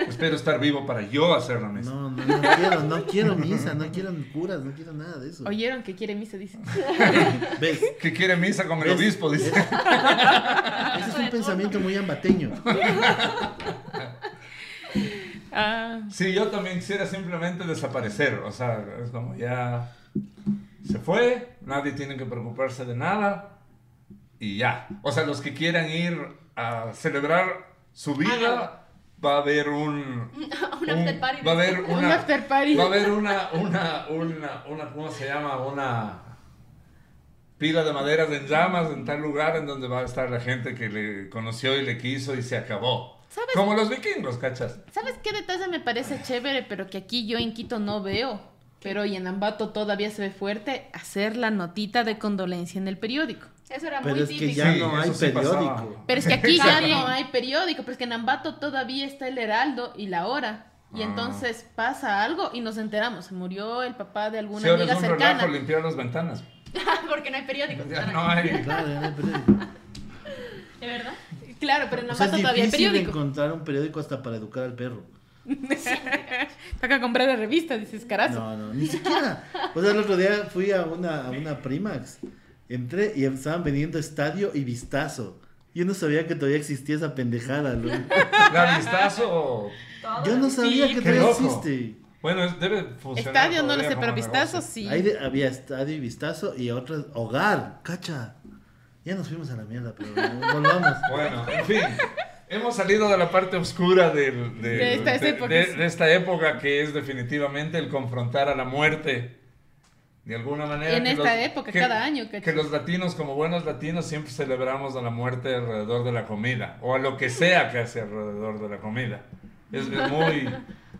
S1: Espero estar vivo para yo hacer la mesa.
S4: No, no, no quiero, no quiero misa, no quiero curas, no quiero nada de eso.
S2: Oyeron que quiere misa,
S4: *laughs*
S2: dice. *laughs*
S4: ¿Ves?
S1: Que quiere misa con el
S4: ¿Ves?
S1: obispo, dice.
S4: Ese es un pensamiento
S2: *laughs*
S4: muy ambateño.
S2: Ah.
S1: Sí, yo también quisiera simplemente desaparecer. O sea, es como ya se fue, nadie tiene que preocuparse de nada y ya. O sea, los que quieran ir a celebrar su vida, va a haber
S2: *laughs*
S1: un. un-
S5: Un after party.
S1: Va a haber
S2: Un
S1: una.
S2: after party.
S1: Va a haber una, una, una, una, ¿cómo se llama? Una pila de maderas en llamas en tal lugar en donde va a estar la gente que le conoció y le quiso y se acabó.
S2: ¿Sabes?
S1: Como los vikingos, ¿cachas?
S2: ¿Sabes qué detalle me parece chévere, pero que aquí yo en Quito no veo? Pero y en Ambato todavía se ve fuerte hacer la notita de condolencia en el periódico.
S5: Eso era
S4: Pero
S5: muy
S4: es que
S5: típico.
S4: ya
S1: Sí,
S4: no
S1: eso
S4: hay
S1: sí
S4: periódico.
S1: pasaba.
S2: Pero es que aquí ya no hay periódico, pero es que en Ambato todavía está el Heraldo y la hora. Y
S1: Ah.
S2: entonces pasa algo y nos enteramos. Se murió el papá de alguna
S1: Si ahora
S2: amiga
S1: es un
S2: cercana.
S1: relajo limpiar las
S2: *laughs*
S1: ventanas.
S5: Ah, Porque no hay periódicos.
S1: Ya no hay.
S4: Claro, ya no hay periódico.
S5: ¿De verdad?
S2: Claro, pero en
S4: O sea,
S2: Ambato
S4: es
S2: todavía hay
S4: difícil
S2: periódico.
S4: encontrar un periódico hasta para educar al perro.
S2: Toca comprar la revista, dices, carazo.
S4: No, no, ni siquiera. O sea, el otro día fui a una, a una Primax. Entré y estaban vendiendo estadio y vistazo. Yo no sabía que todavía existía esa pendejada, loco.
S1: La vistazo.
S5: Todo.
S4: Yo no sabía que
S1: Qué
S4: todavía
S1: loco.
S4: existe.
S1: Bueno, es- debe funcionar.
S2: Estadio no lo
S1: pues, todavía
S2: sé, pero
S1: como
S2: vistazos
S1: negocio.
S2: sí.
S4: Ahí de- había estadio y vistazo y otras. Hogar, cacha. Ya nos fuimos a la mierda, pero volvamos.
S1: *laughs* Bueno, en fin. Hemos salido de la parte oscura del- del-
S2: De estas épocas.
S1: de- de esta época que es definitivamente el confrontar a la muerte. De alguna manera.
S2: En
S1: que
S2: esta época, cada año, ¿cachai?
S1: Que los latinos, como buenos latinos, siempre celebramos a la muerte alrededor de la comida. O a lo que sea que hace alrededor de la comida. Es, es muy,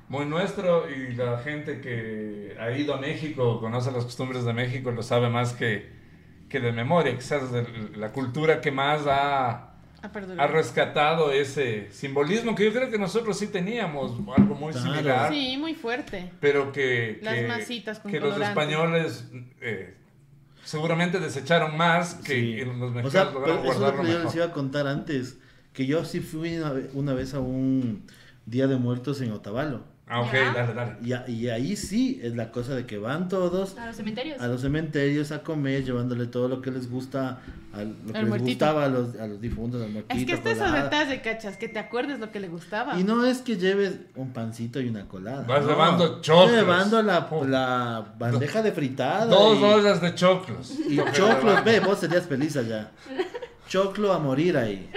S1: muy nuestro y la gente que ha ido a México, conoce las costumbres de México, lo sabe más que, que de memoria. Quizás es el- la cultura que más ha
S2: Ah, perdón.
S1: ha rescatado ese simbolismo que yo creo que nosotros sí teníamos, algo muy
S4: Claro.
S1: similar,
S2: Sí, muy fuerte.
S1: pero que,
S2: Las
S1: que-
S2: masitas con
S1: que los
S2: colorante.
S1: españoles eh, seguramente desecharon más que
S4: Sí.
S1: que los mexicanos
S4: O sea,
S1: lograron
S4: pero eso es lo
S1: guardarlo
S4: que yo
S1: mejor.
S4: les iba a contar antes. Que yo sí fui una, ve- una vez a un Día de Muertos en Otavalo.
S1: Ah, ok,
S5: Ya.
S1: dale, dale.
S4: Y, a- y ahí sí es la cosa de que van todos
S5: A los cementerios.
S4: a los cementerios a comer, llevándole todo lo que les gusta, a lo que
S2: Al
S4: les
S2: muertito.
S4: gustaba a los, a los difuntos, al muertito.
S2: Es que este es el
S4: colada.
S2: detalle, cachas, que te acuerdes lo que le gustaba.
S4: Y no es que lleves un pancito y una colada.
S1: Vas
S4: no.
S1: llevando choclos.
S4: llevando la,
S1: Oh.
S4: la bandeja de fritada.
S1: Dos
S4: y,
S1: ollas de choclos. *laughs*
S4: y choclos, ve, vos serías feliz allá. Choclo a morir ahí.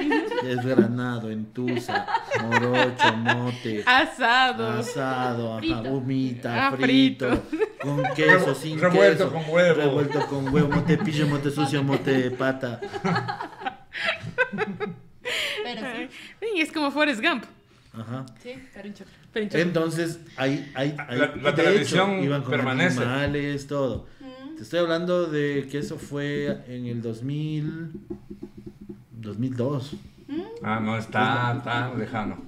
S4: Desgranado, entusa, morocho, mote.
S2: Asado.
S4: Asado, ajá,
S5: Frito.
S4: humita,
S2: Ah,
S4: frito,
S2: frito.
S4: con queso,
S1: Revu-
S4: sin
S1: revuelto
S4: queso,
S1: con huevo.
S4: revuelto con huevo, mote pillo, mote sucio, mote pata.
S5: Pero sí.
S1: Ah.
S2: Sí, es como Forrest Gump.
S4: Ajá.
S5: Sí, Carincho.
S4: Entonces, ahí, ahí, ahí
S1: La- la
S4: de
S1: tradición
S4: hecho, iban con
S1: permanece.
S4: animales, todo. Te estoy hablando de que eso fue en el 2000, 2002.
S1: Ah, no es
S4: Pues
S1: tan, tan lejano.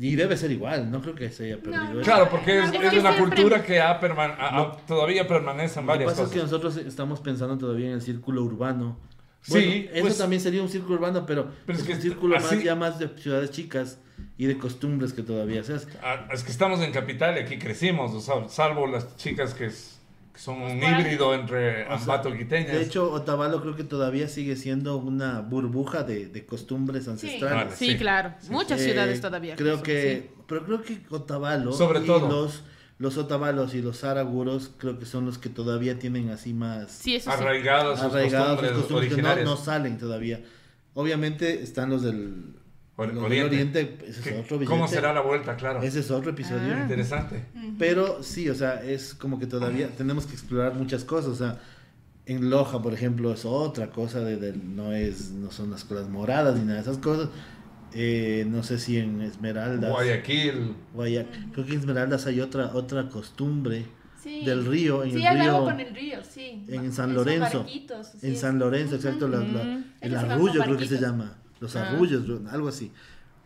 S4: Y debe ser igual, no creo que se haya perdido eso.
S1: Claro, porque es,
S5: No,
S1: es
S5: porque
S1: una
S5: siempre-
S1: cultura que ha perman- ha- ha- todavía permanece en
S4: Lo que
S1: varias
S4: pasa es que
S1: cosas.
S4: nosotros estamos pensando todavía en el círculo urbano.
S1: Sí,
S4: Bueno, eso
S1: pues-
S4: también sería un círculo urbano, pero,
S1: Pero es
S4: es,
S1: que
S4: un círculo
S1: así-
S4: más, ya más de ciudades chicas y de costumbres que todavía se hacen.
S1: Ah, Es que estamos en Capital y aquí crecimos, o sea, salvo las chicas que, es- que son un
S5: Los
S1: híbrido entre
S4: O sea,
S1: ambato y quiteñas.
S4: De hecho, Otavalo creo que todavía sigue siendo una burbuja de, de costumbres ancestrales.
S1: Vale,
S2: Sí,
S1: sí.
S2: claro. Muchas
S4: Eh,
S2: ciudades todavía.
S4: Creo
S2: son
S4: que, pero creo que Otavalo
S1: Sobre
S4: y
S1: todo.
S4: los los Otavalos y los Araguros creo que son los que todavía tienen así más
S2: así. Sí, eso sí.
S1: arraigadas sus
S4: arraigados sus
S1: costumbres,
S4: costumbres que no,
S1: originarias.
S4: no salen todavía. Obviamente están los del
S1: Ori-
S4: los del
S1: Oriente.
S4: Oriente, ese es
S1: ¿Qué-
S4: otro
S1: ¿Cómo
S4: billete.
S1: será la vuelta? Claro.
S4: Ese es otro episodio.
S2: Ah.
S1: Interesante.
S4: Pero sí, o sea, es como que todavía tenemos que explorar muchas cosas. O sea, en Loja, por ejemplo, es otra cosa de, de- no es, no son las cosas moradas ni nada de esas cosas. Eh, no sé si en Esmeraldas.
S1: Guayaquil.
S4: Guaya- Creo que en Esmeraldas hay otra, otra costumbre
S5: Sí.
S4: del río. En
S5: Sí,
S4: el
S5: hay
S4: río
S5: algo con el río, sí.
S4: en San
S5: Esos
S4: Lorenzo.
S5: barquitos, así
S4: en
S5: Pues es.
S4: San Lorenzo, exacto, la- la-
S2: Ujú.
S4: el
S5: Ellos van con
S4: arrullo creo que se
S5: barquitos.
S4: llama, los
S2: Ah.
S4: arrullos, algo así.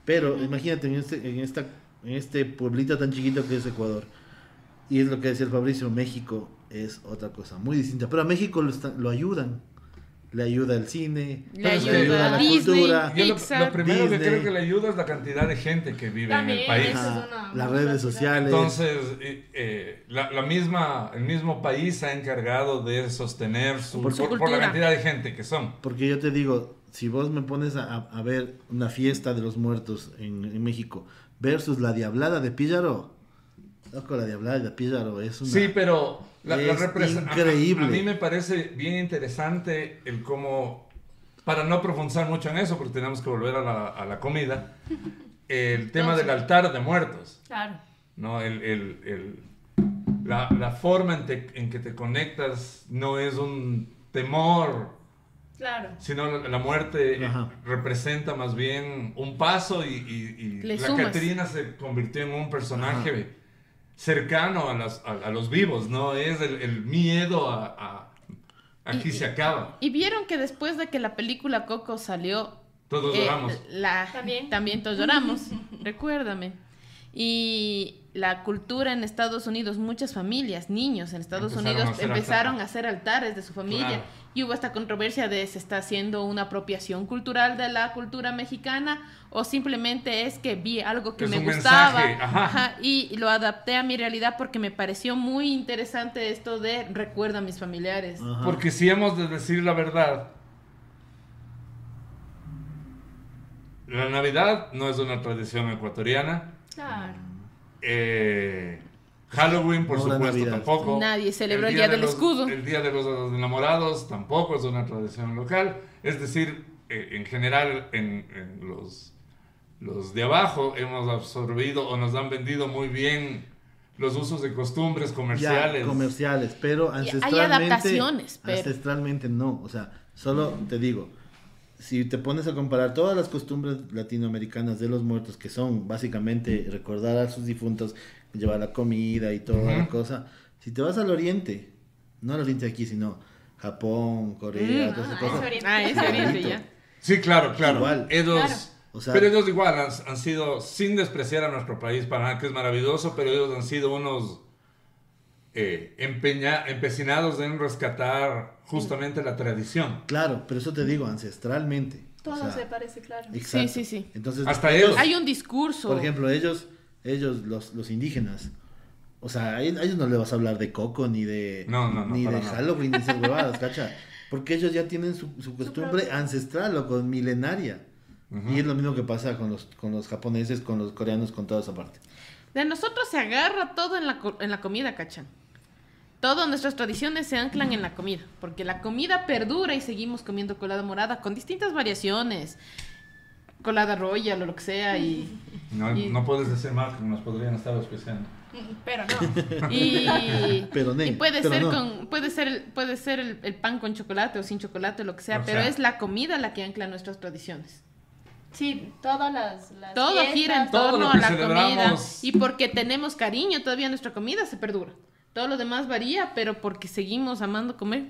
S4: Pero imagínate en este, en esta, en este pueblito tan chiquito que es Ecuador, y es lo que decía el Fabricio, México es otra cosa muy distinta, pero a México lo, está- lo ayudan, le ayuda el cine,
S2: Le
S4: pero
S1: ayuda
S4: la
S2: Disney.
S4: cultura,
S1: Yo lo- lo,
S2: Pixar,
S1: primero que
S4: Ah, Disney.
S1: creo que le ayuda es la cantidad de gente que vive en el
S5: También,
S1: país.
S5: eso es
S4: ajá,
S5: una-
S4: las
S5: una
S4: redes
S5: ciudad.
S4: sociales.
S1: Entonces, eh, eh, la, la misma, el mismo país se ha encargado de sostener su,
S4: Por
S1: por,
S4: su
S1: por la
S2: cultura.
S1: cantidad de gente que son.
S4: Porque yo te digo, si vos me pones a, a- a ver una fiesta de los muertos en, en México versus la diablada de Píllaro, loco, la diablada de Píllaro es una...
S1: Sí, pero la, la
S4: Es
S1: represa- a-
S4: increíble.
S1: A, mí me parece bien interesante el cómo, para no profundizar mucho en eso, porque tenemos que volver a la, a la comida, el tema del altar de muertos.
S5: Claro.
S1: ¿no? El, el- el- la, la forma en, te- en que te conectas no es un temor,
S5: Claro.
S1: sino la, la muerte eh,
S4: Ajá.
S1: representa más bien un paso y, y- y
S2: Le
S1: la
S2: sumas.
S1: Catrina se convirtió en un personaje cercano a, las- a- a los vivos, ¿no? Es el, el miedo a... a- aquí
S2: Y-
S1: se acaba.
S2: Y vieron que después de que la película Coco salió,
S1: Todos
S2: eh,
S1: lloramos.
S2: la-
S5: También.
S2: también. todos lloramos, *laughs* recuérdame. Y la cultura en Estados Unidos, muchas familias, niños en Estados
S1: Empezaron a
S2: Unidos
S1: hacer
S2: empezaron
S1: altar.
S2: a hacer altares de su familia.
S1: Claro.
S2: Y hubo esta controversia de se está haciendo una apropiación cultural de la cultura mexicana o simplemente es que vi algo que
S1: Es
S2: me
S1: un
S2: gustaba
S1: mensaje, ajá.
S2: ajá, y lo adapté a mi realidad porque me pareció muy interesante esto de recuerda a mis familiares.
S4: Ajá.
S1: Porque si hemos de decir la verdad, la Navidad no es una tradición ecuatoriana.
S5: Claro.
S1: Eh, Halloween, por
S4: No, la
S1: supuesto,
S4: Navidad.
S1: tampoco.
S2: Nadie celebró el Día
S1: de
S2: del
S1: los-
S2: Escudo.
S1: El Día de los Enamorados tampoco es una tradición local. Es decir, eh, en general, en, en los, los de abajo hemos absorbido o nos han vendido muy bien los usos y costumbres comerciales.
S4: Ya, comerciales, pero
S2: hay
S4: ancestralmente...
S2: adaptaciones, pero-
S4: Ancestralmente no, o sea, solo te digo, si te pones a comparar todas las costumbres latinoamericanas de los muertos, que son básicamente recordar a sus difuntos, llevar la comida y toda la
S1: Ujú.
S4: cosa, si te vas al oriente, no al oriente de aquí, sino Japón, Corea,
S2: Mm,
S4: todas esas
S5: ah,
S4: cosas,
S5: es oriente.
S2: Ah, es oriente
S4: Igualito.
S2: ya.
S1: Sí, claro, claro.
S4: Igual.
S1: Ellos,
S5: Claro.
S4: O sea-
S1: pero ellos igual han, han sido, sin despreciar a nuestro país, para nada, que es maravilloso, pero ellos han sido unos eh, empeña- empecinados en rescatar justamente la tradición.
S4: Claro, pero eso te digo, ancestralmente. o
S5: Todo
S4: sea,
S5: se parece claro.
S4: exacto.
S2: Sí, sí, sí.
S4: Entonces,
S1: Hasta ellos.
S2: Hay un discurso.
S4: Por ejemplo, ellos, ellos los, los indígenas, o sea, a ellos a ellos no les vas a hablar de coco, ni de,
S1: No, no, no,
S4: ni
S1: para
S4: de
S1: nada.
S4: Halloween, ni esas
S1: *laughs*
S4: huevadas, cacha. Porque ellos ya tienen su, su costumbre
S5: propia.
S4: ancestral o con milenaria. Y es lo mismo que pasa con los, con los japoneses, con los coreanos, con toda esa parte.
S2: De nosotros se agarra todo en la, co- en la comida, ¿cachan? Todas nuestras tradiciones se anclan en la comida, porque la comida perdura y seguimos comiendo colada morada con distintas variaciones. Colada royal o lo que sea, y,
S1: No,
S2: Y-
S1: no puedes decir más que nos podrían estar auspiciando.
S5: Mm, Pero
S4: *laughs*
S5: no.
S2: y,
S4: Pero, nene,
S2: y puede,
S4: pero
S2: ser
S4: no. Eh,
S2: con, puede ser, el- puede ser el, el pan con chocolate o sin chocolate, lo que sea,
S1: O
S2: pero
S1: sea.
S2: es la comida la que ancla nuestras tradiciones.
S5: Sí, todas las. las
S2: Todo
S5: fiestas,
S2: gira en
S1: todo
S2: torno
S1: lo
S2: a
S1: que
S2: la comida.
S1: celebramos.
S2: Y porque tenemos cariño, todavía nuestra comida se perdura. Todo lo demás varía, pero porque seguimos amando comer.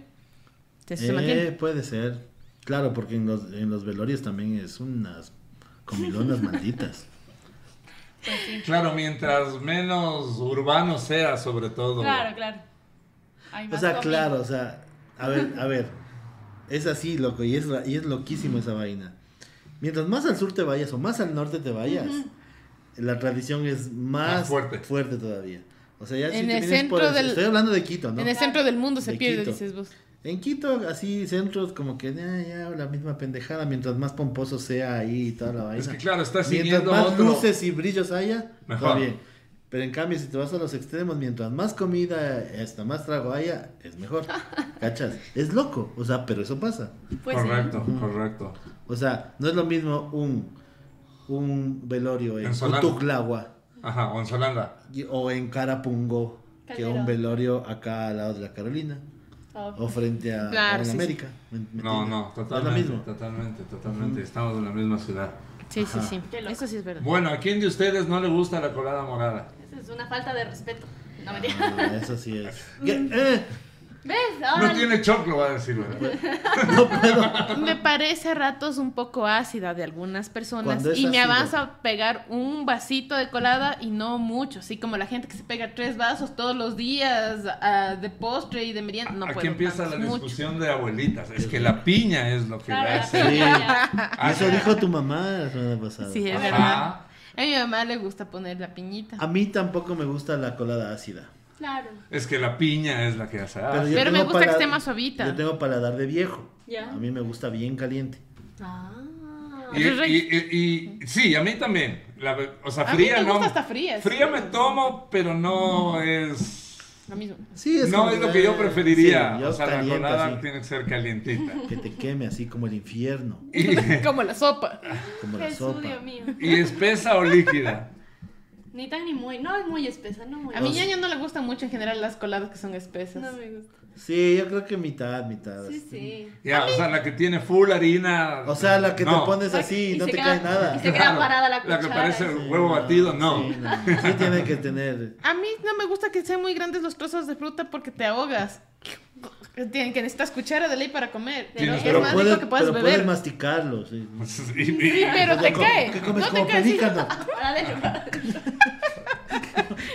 S2: Se, se
S4: Eh,
S2: mantiene.
S4: puede ser. Claro, porque en los, en los velorios también es unas comilonas malditas.
S1: Claro, mientras menos urbano sea, sobre todo.
S6: Claro, claro. Hay
S4: O
S6: más
S4: sea,
S6: comida.
S4: claro, o sea, a ver, a ver. Es así, loco, y es, ra- y es loquísimo esa vaina. Mientras más al sur te vayas o más al norte te vayas, la tradición es más,
S1: Más fuerte.
S4: todavía. O sea, ya si
S2: En
S4: te
S2: el
S4: vienes por
S2: centro
S4: el-
S2: del-
S4: Estoy hablando de Quito, ¿no?
S2: En el centro del mundo se
S4: De
S2: pierde,
S4: Quito.
S2: dices vos.
S4: En Quito, así, centros como que "Ah, ya, la misma pendejada, mientras más pomposo sea ahí y toda la vaina.
S1: Es que claro, estás
S4: mientras
S1: siguiendo
S4: más
S1: otro.
S4: luces y brillos haya,
S1: Mejor.
S4: está bien. Pero en cambio, si te vas a los extremos, mientras más comida, hasta más trago haya, es
S2: *laughs*
S4: mejor. ¿Cachas? Es loco, o sea, pero eso pasa.
S5: Pues sí.
S1: correcto, correcto.
S4: O sea, no es lo mismo un, un velorio en
S1: En Solano.
S4: Tuclagua
S1: Ajá, Gonzolanda.
S4: y- o en Carapungo que
S5: Calderón.
S4: un velorio acá al lado de la Carolina
S5: Oh.
S4: o frente a,
S2: Claro,
S4: a
S2: sí, sí.
S4: América. ¿me- me
S1: No,
S4: entiendes?
S1: no,
S4: Es
S1: totalmente,
S4: lo mismo.
S1: totalmente, totalmente. Estamos en la misma ciudad.
S2: Sí, sí, sí.
S5: Qué loco.
S2: Eso sí es verdad.
S1: Bueno, ¿a quién de ustedes no le gusta la colada morada?
S5: Esa es una falta de respeto. No me
S4: Ah, eso sí es.
S2: *laughs* Mm.
S4: ¿Qué? Eh,
S5: ¿Ves? Ahora.
S1: No tiene choclo, va a decir,
S2: *laughs*
S1: ¿verdad?
S4: no puedo.
S2: Me parece a ratos un poco ácida de algunas personas
S4: Cuando es
S2: y me
S4: ácido.
S2: avanza a pegar un vasito de colada y no mucho, así como la gente que se pega tres vasos todos los días ah, de postre y de merienda. No
S1: Aquí
S2: puedo
S1: empieza
S2: tanto,
S1: la
S2: es mucho.
S1: discusión de abuelitas. Es que la piña es lo que
S5: Claro,
S1: le
S5: la
S1: hace.
S5: piña.
S4: Y
S1: Ah,
S4: eso dijo tu mamá la semana pasada. Ah,
S2: Sí, es
S1: Ajá.
S2: verdad. A mi mamá le gusta poner la piñita.
S4: A mí tampoco me gusta la colada ácida.
S5: Claro.
S1: Es que la piña es la que hace. ah,
S4: yo
S2: Pero me
S4: tengo
S2: gusta que esté más suavita. Ah.
S4: Yo tengo paladar de viejo.
S5: Ya.
S4: A mí me gusta bien caliente.
S5: Ah.
S1: Y, y- y- y- sí, a mí también. La ve- o sea,
S2: A mí
S1: fría
S2: me
S1: no.
S2: gusta hasta fría, sí.
S1: Fría me tomo, pero
S2: Mm.
S1: no es.
S2: Lo mismo.
S4: Sí, es
S1: No
S4: como
S1: es lo que yo
S4: eh,
S1: preferiría.
S4: sí, yo
S1: o sea, la
S4: caliente,
S1: colada
S4: así,
S1: tiene que ser calientita.
S4: Que te queme así como el infierno,
S1: Y,
S4: *laughs*
S2: Como la sopa.
S4: como la
S5: Jesús,
S4: sopa.
S5: Dios mío.
S1: y espesa o líquida.
S5: Ni tan ni muy. No es muy espesa, no muy.
S2: A mi ñaña no le gustan mucho en general las coladas que son espesas.
S5: No me gusta.
S4: Sí, yo creo que mitad, mitad.
S5: Sí,
S4: así.
S5: sí.
S1: Ya, o sea, la que tiene full harina.
S4: O sea, la que
S1: no.
S4: te pones así y
S5: Y
S4: no
S5: se
S4: te
S5: queda-
S4: cae
S5: y
S4: nada.
S1: *laughs*
S5: se- queda parada la
S1: que
S5: cuchara,
S1: parece
S5: sí.
S1: huevo batido, no.
S4: Sí, Sí tiene que tener.
S2: A mí no me gusta que sean muy grandes los trozos de fruta porque te ahogas. Tienen que necesitas cuchara de ley para comer.
S1: Tienes-
S2: es
S1: pero
S2: más
S4: puedes,
S2: rico que puedas
S4: pero puedes
S2: beber.
S4: masticarlo. Sí.
S1: Y- *laughs* y-
S2: Sí, pero te
S4: O sea, co-
S2: cae.
S4: ¿Qué comes?
S2: No te
S4: como
S2: cae. sí.
S4: pelícano.
S5: *laughs* Ahora de chocolate.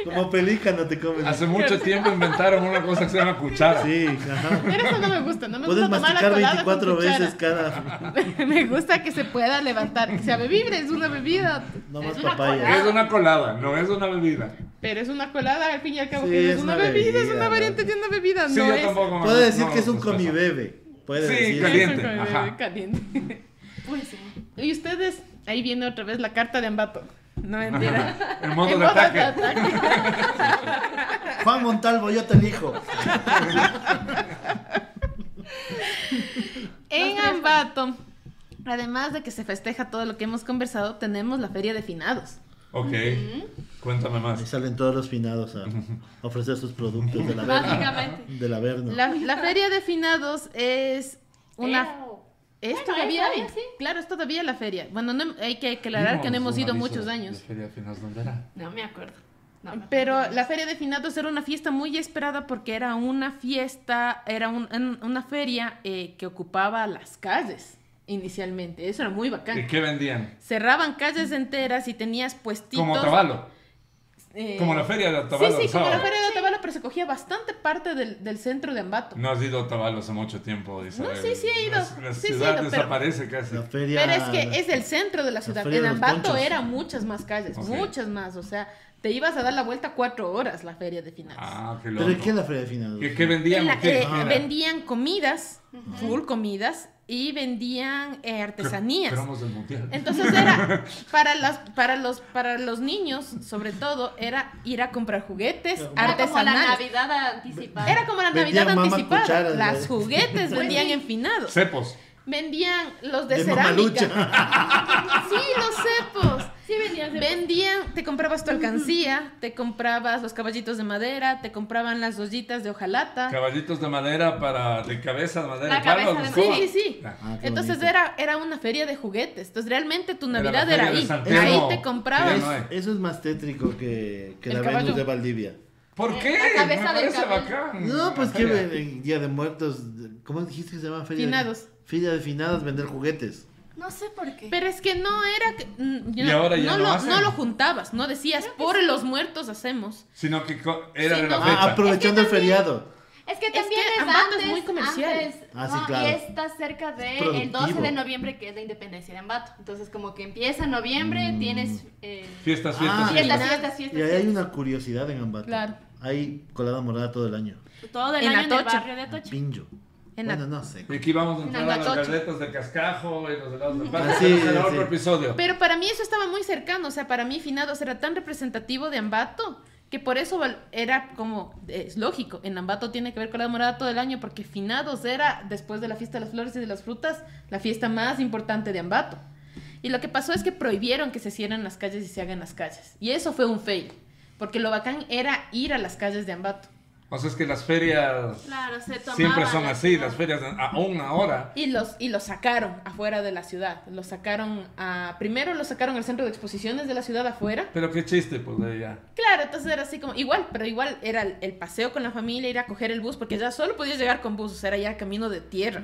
S4: Como pelícano te comes.
S1: hace mucho tiempo inventaron una cosa que se llama cuchara.
S4: Sí, ajá.
S2: Pero eso no me gusta. No me
S4: Puedes
S2: gusta tomar la
S4: masticar
S2: colada
S4: 24
S2: con cuchara.
S4: veces
S1: *laughs*
S2: *laughs*
S4: cada.
S2: me gusta que se pueda levantar. Que sea bebible, es una bebida.
S4: No más
S2: Es una
S4: papaya.
S1: Es una colada, no es una bebida.
S2: Pero es una colada, al fin y al cabo,
S4: Sí,
S2: que es,
S4: es
S2: una,
S4: una
S2: bebida, es
S4: bebida,
S2: una
S4: ¿no?
S2: variante de una bebida,
S1: Sí,
S2: no
S1: yo
S2: es.
S1: tampoco.
S4: Puede decir
S1: no, pues,
S4: que es
S1: no,
S4: un
S1: espesa.
S4: comibebe. Puede
S1: Sí,
S4: decir.
S1: caliente,
S2: *laughs* Eso con-
S1: ajá.
S2: caliente.
S5: Pues sí.
S2: Y ustedes, ahí viene otra vez la carta de Ambato. No *laughs* mentira.
S1: pues, En modo
S2: En
S1: de
S2: modo de
S1: ataque.
S5: *laughs*
S2: ataque.
S4: Juan Montalvo, yo te elijo.
S2: En Ambato, además de que se festeja todo lo que hemos conversado, tenemos la feria de finados.
S1: Ok, cuéntame
S4: Ahí
S1: más.
S4: salen todos los finados a ofrecer sus productos del averno. *laughs*
S5: Básicamente.
S4: Del averno.
S2: La, la feria de finados es una...
S5: Pero-
S2: Es
S5: Eh, Bueno,
S2: todavía,
S5: es
S2: hay.
S5: todavía, sí.
S2: claro, es todavía la feria. Bueno, no, hay que aclarar que no hemos ido muchos años.
S5: No me acuerdo. No, me
S2: Pero
S5: acuerdo.
S2: la Feria de Finados era una fiesta muy esperada porque era una fiesta, era un- un- una feria eh, que ocupaba las calles inicialmente. Eso era muy
S1: ¿Y
S2: bacán.
S1: qué vendían?
S2: Cerraban calles enteras y tenías puestitos.
S1: Como Tabalo,
S2: eh,
S1: como la feria de Tabalo.
S2: Sí,
S1: del
S2: sí, como la
S1: sábado.
S2: Feria de Tabalo, pero se cogía bastante parte del, del centro de Ambato.
S1: No has ido a Tabalo hace mucho tiempo, Isabel.
S2: No, sí, sí he ido.
S1: La, la
S2: Sí, sí he
S1: ciudad
S2: ido, pero-
S1: desaparece casi.
S4: La feria.
S2: Pero es que es el centro de la ciudad.
S4: feria
S2: En
S4: de los
S2: Ambato
S4: ponchos.
S2: eran muchas más calles,
S1: Ok.
S2: muchas más. O sea, te ibas a dar la vuelta cuatro horas la Feria de Finados.
S1: Ah, qué loco.
S4: ¿Pero qué es la feria de finados?
S1: ¿Qué, qué
S2: En
S1: vendían?
S2: la-
S1: o qué?
S2: eh,
S1: Ah.
S2: vendían comidas, full comidas, y vendían eh, artesanías.
S1: Cromos del mundial.
S2: Entonces
S1: *laughs*
S2: era para las para los para los niños, sobre todo, era ir a comprar juguetes
S5: Era como la
S2: artesanales.
S5: Navidad anticipada.
S2: Era como la
S4: Vendían
S2: Navidad
S4: mamá
S2: anticipada.
S4: cucharas,
S2: Las
S4: ¿no? *laughs*
S2: juguetes vendían enfinados.
S1: Cepos.
S2: Vendían los de,
S4: De
S2: cerámica. Ah,
S4: mamalucha.
S2: Sí, los cepos.
S5: Sí, vendían
S2: Vendían, te comprabas tu alcancía, te comprabas los caballitos de madera, te compraban las ollitas de hojalata.
S1: Caballitos de madera para. de cabeza de madera.
S5: La
S1: claro,
S5: cabeza de
S1: escoba.
S2: Sí, sí, sí.
S4: Ah, qué
S2: Entonces
S4: bonito.
S2: era, era una feria de juguetes. Entonces realmente tu
S1: Era la
S2: Navidad
S1: feria
S2: era,
S1: de
S2: ahí.
S1: Santiago.
S2: Ahí te comprabas.
S1: no hay.
S4: Eso es más tétrico que, que
S2: El
S4: la
S2: caballo.
S4: Venus de Valdivia.
S1: ¿Por qué?
S5: La cabeza
S1: Me
S5: del
S1: parece
S5: caballo.
S1: bacán. Ah,
S4: No, pues que
S1: Feria.
S4: en Día de Muertos, ¿cómo dijiste que se llama? Feria de-
S2: Finados.
S4: Feria de finados, vender juguetes.
S5: No sé por qué.
S2: Pero es que no era. que- mm, yo
S1: Y
S2: no-
S1: ahora ya
S2: no,
S1: no
S2: lo,
S1: hacen.
S2: no lo juntabas, no decías por los muertos hacemos.
S1: Sino que co- era
S2: Sí,
S1: de la
S2: no.
S1: fecha.
S4: Ah, aprovechando
S5: Es que
S4: el feriado.
S5: Es que
S2: que
S5: también es,
S2: Ambato es
S5: antes,
S2: muy comercial.
S5: antes,
S4: Ah, sí,
S5: no,
S4: claro.
S5: y está cerca del
S4: productivo.
S5: 12 de noviembre, que es la independencia de Ambato. Entonces, como que empieza en noviembre, tienes eh,
S1: Fiestas, fiestas,
S4: Ah.
S5: fiestas,
S1: fiestas.
S5: fiestas,
S4: Y
S5: fiestas,
S4: ahí hay
S5: fiestas.
S4: una curiosidad en Ambato.
S2: Claro.
S4: Hay colada morada todo el año.
S5: Todo el
S2: En
S5: año en el
S2: Atocha.
S5: barrio de Atocha.
S4: Pincho.
S2: En
S4: bueno,
S2: la-
S4: no sé.
S1: Y aquí vamos a entrar a las
S2: Atocha.
S1: galletas de cascajo y los helados de pan.
S4: Ah, sí,
S1: Ese será
S4: sí.
S1: otro episodio.
S2: Pero para mí eso estaba muy cercano. O sea, para mí Finados era tan representativo de Ambato que por eso val- era como. Es lógico. En Ambato tiene que ver con la morada todo el año porque Finados era, después de la fiesta de las flores y de las frutas, la fiesta más importante de Ambato. Y lo que pasó es que prohibieron que se cierren las calles y se hagan las calles. Y eso fue un fail. Porque lo bacán era ir a las calles de Ambato.
S1: O sea, es que las ferias
S5: Claro, se tomaban.
S1: siempre son
S5: la-
S1: así. Las ferias, aún ahora.
S2: Y los, y los sacaron afuera de la ciudad. Los sacaron a. Primero los sacaron al centro de exposiciones de la ciudad afuera.
S1: Pero qué chiste, pues, de ella.
S2: Claro, entonces era así como. Igual, pero igual era el, el paseo con la familia, ir a coger el bus, porque ya solo podías llegar con bus, o sea, era ya camino de tierra.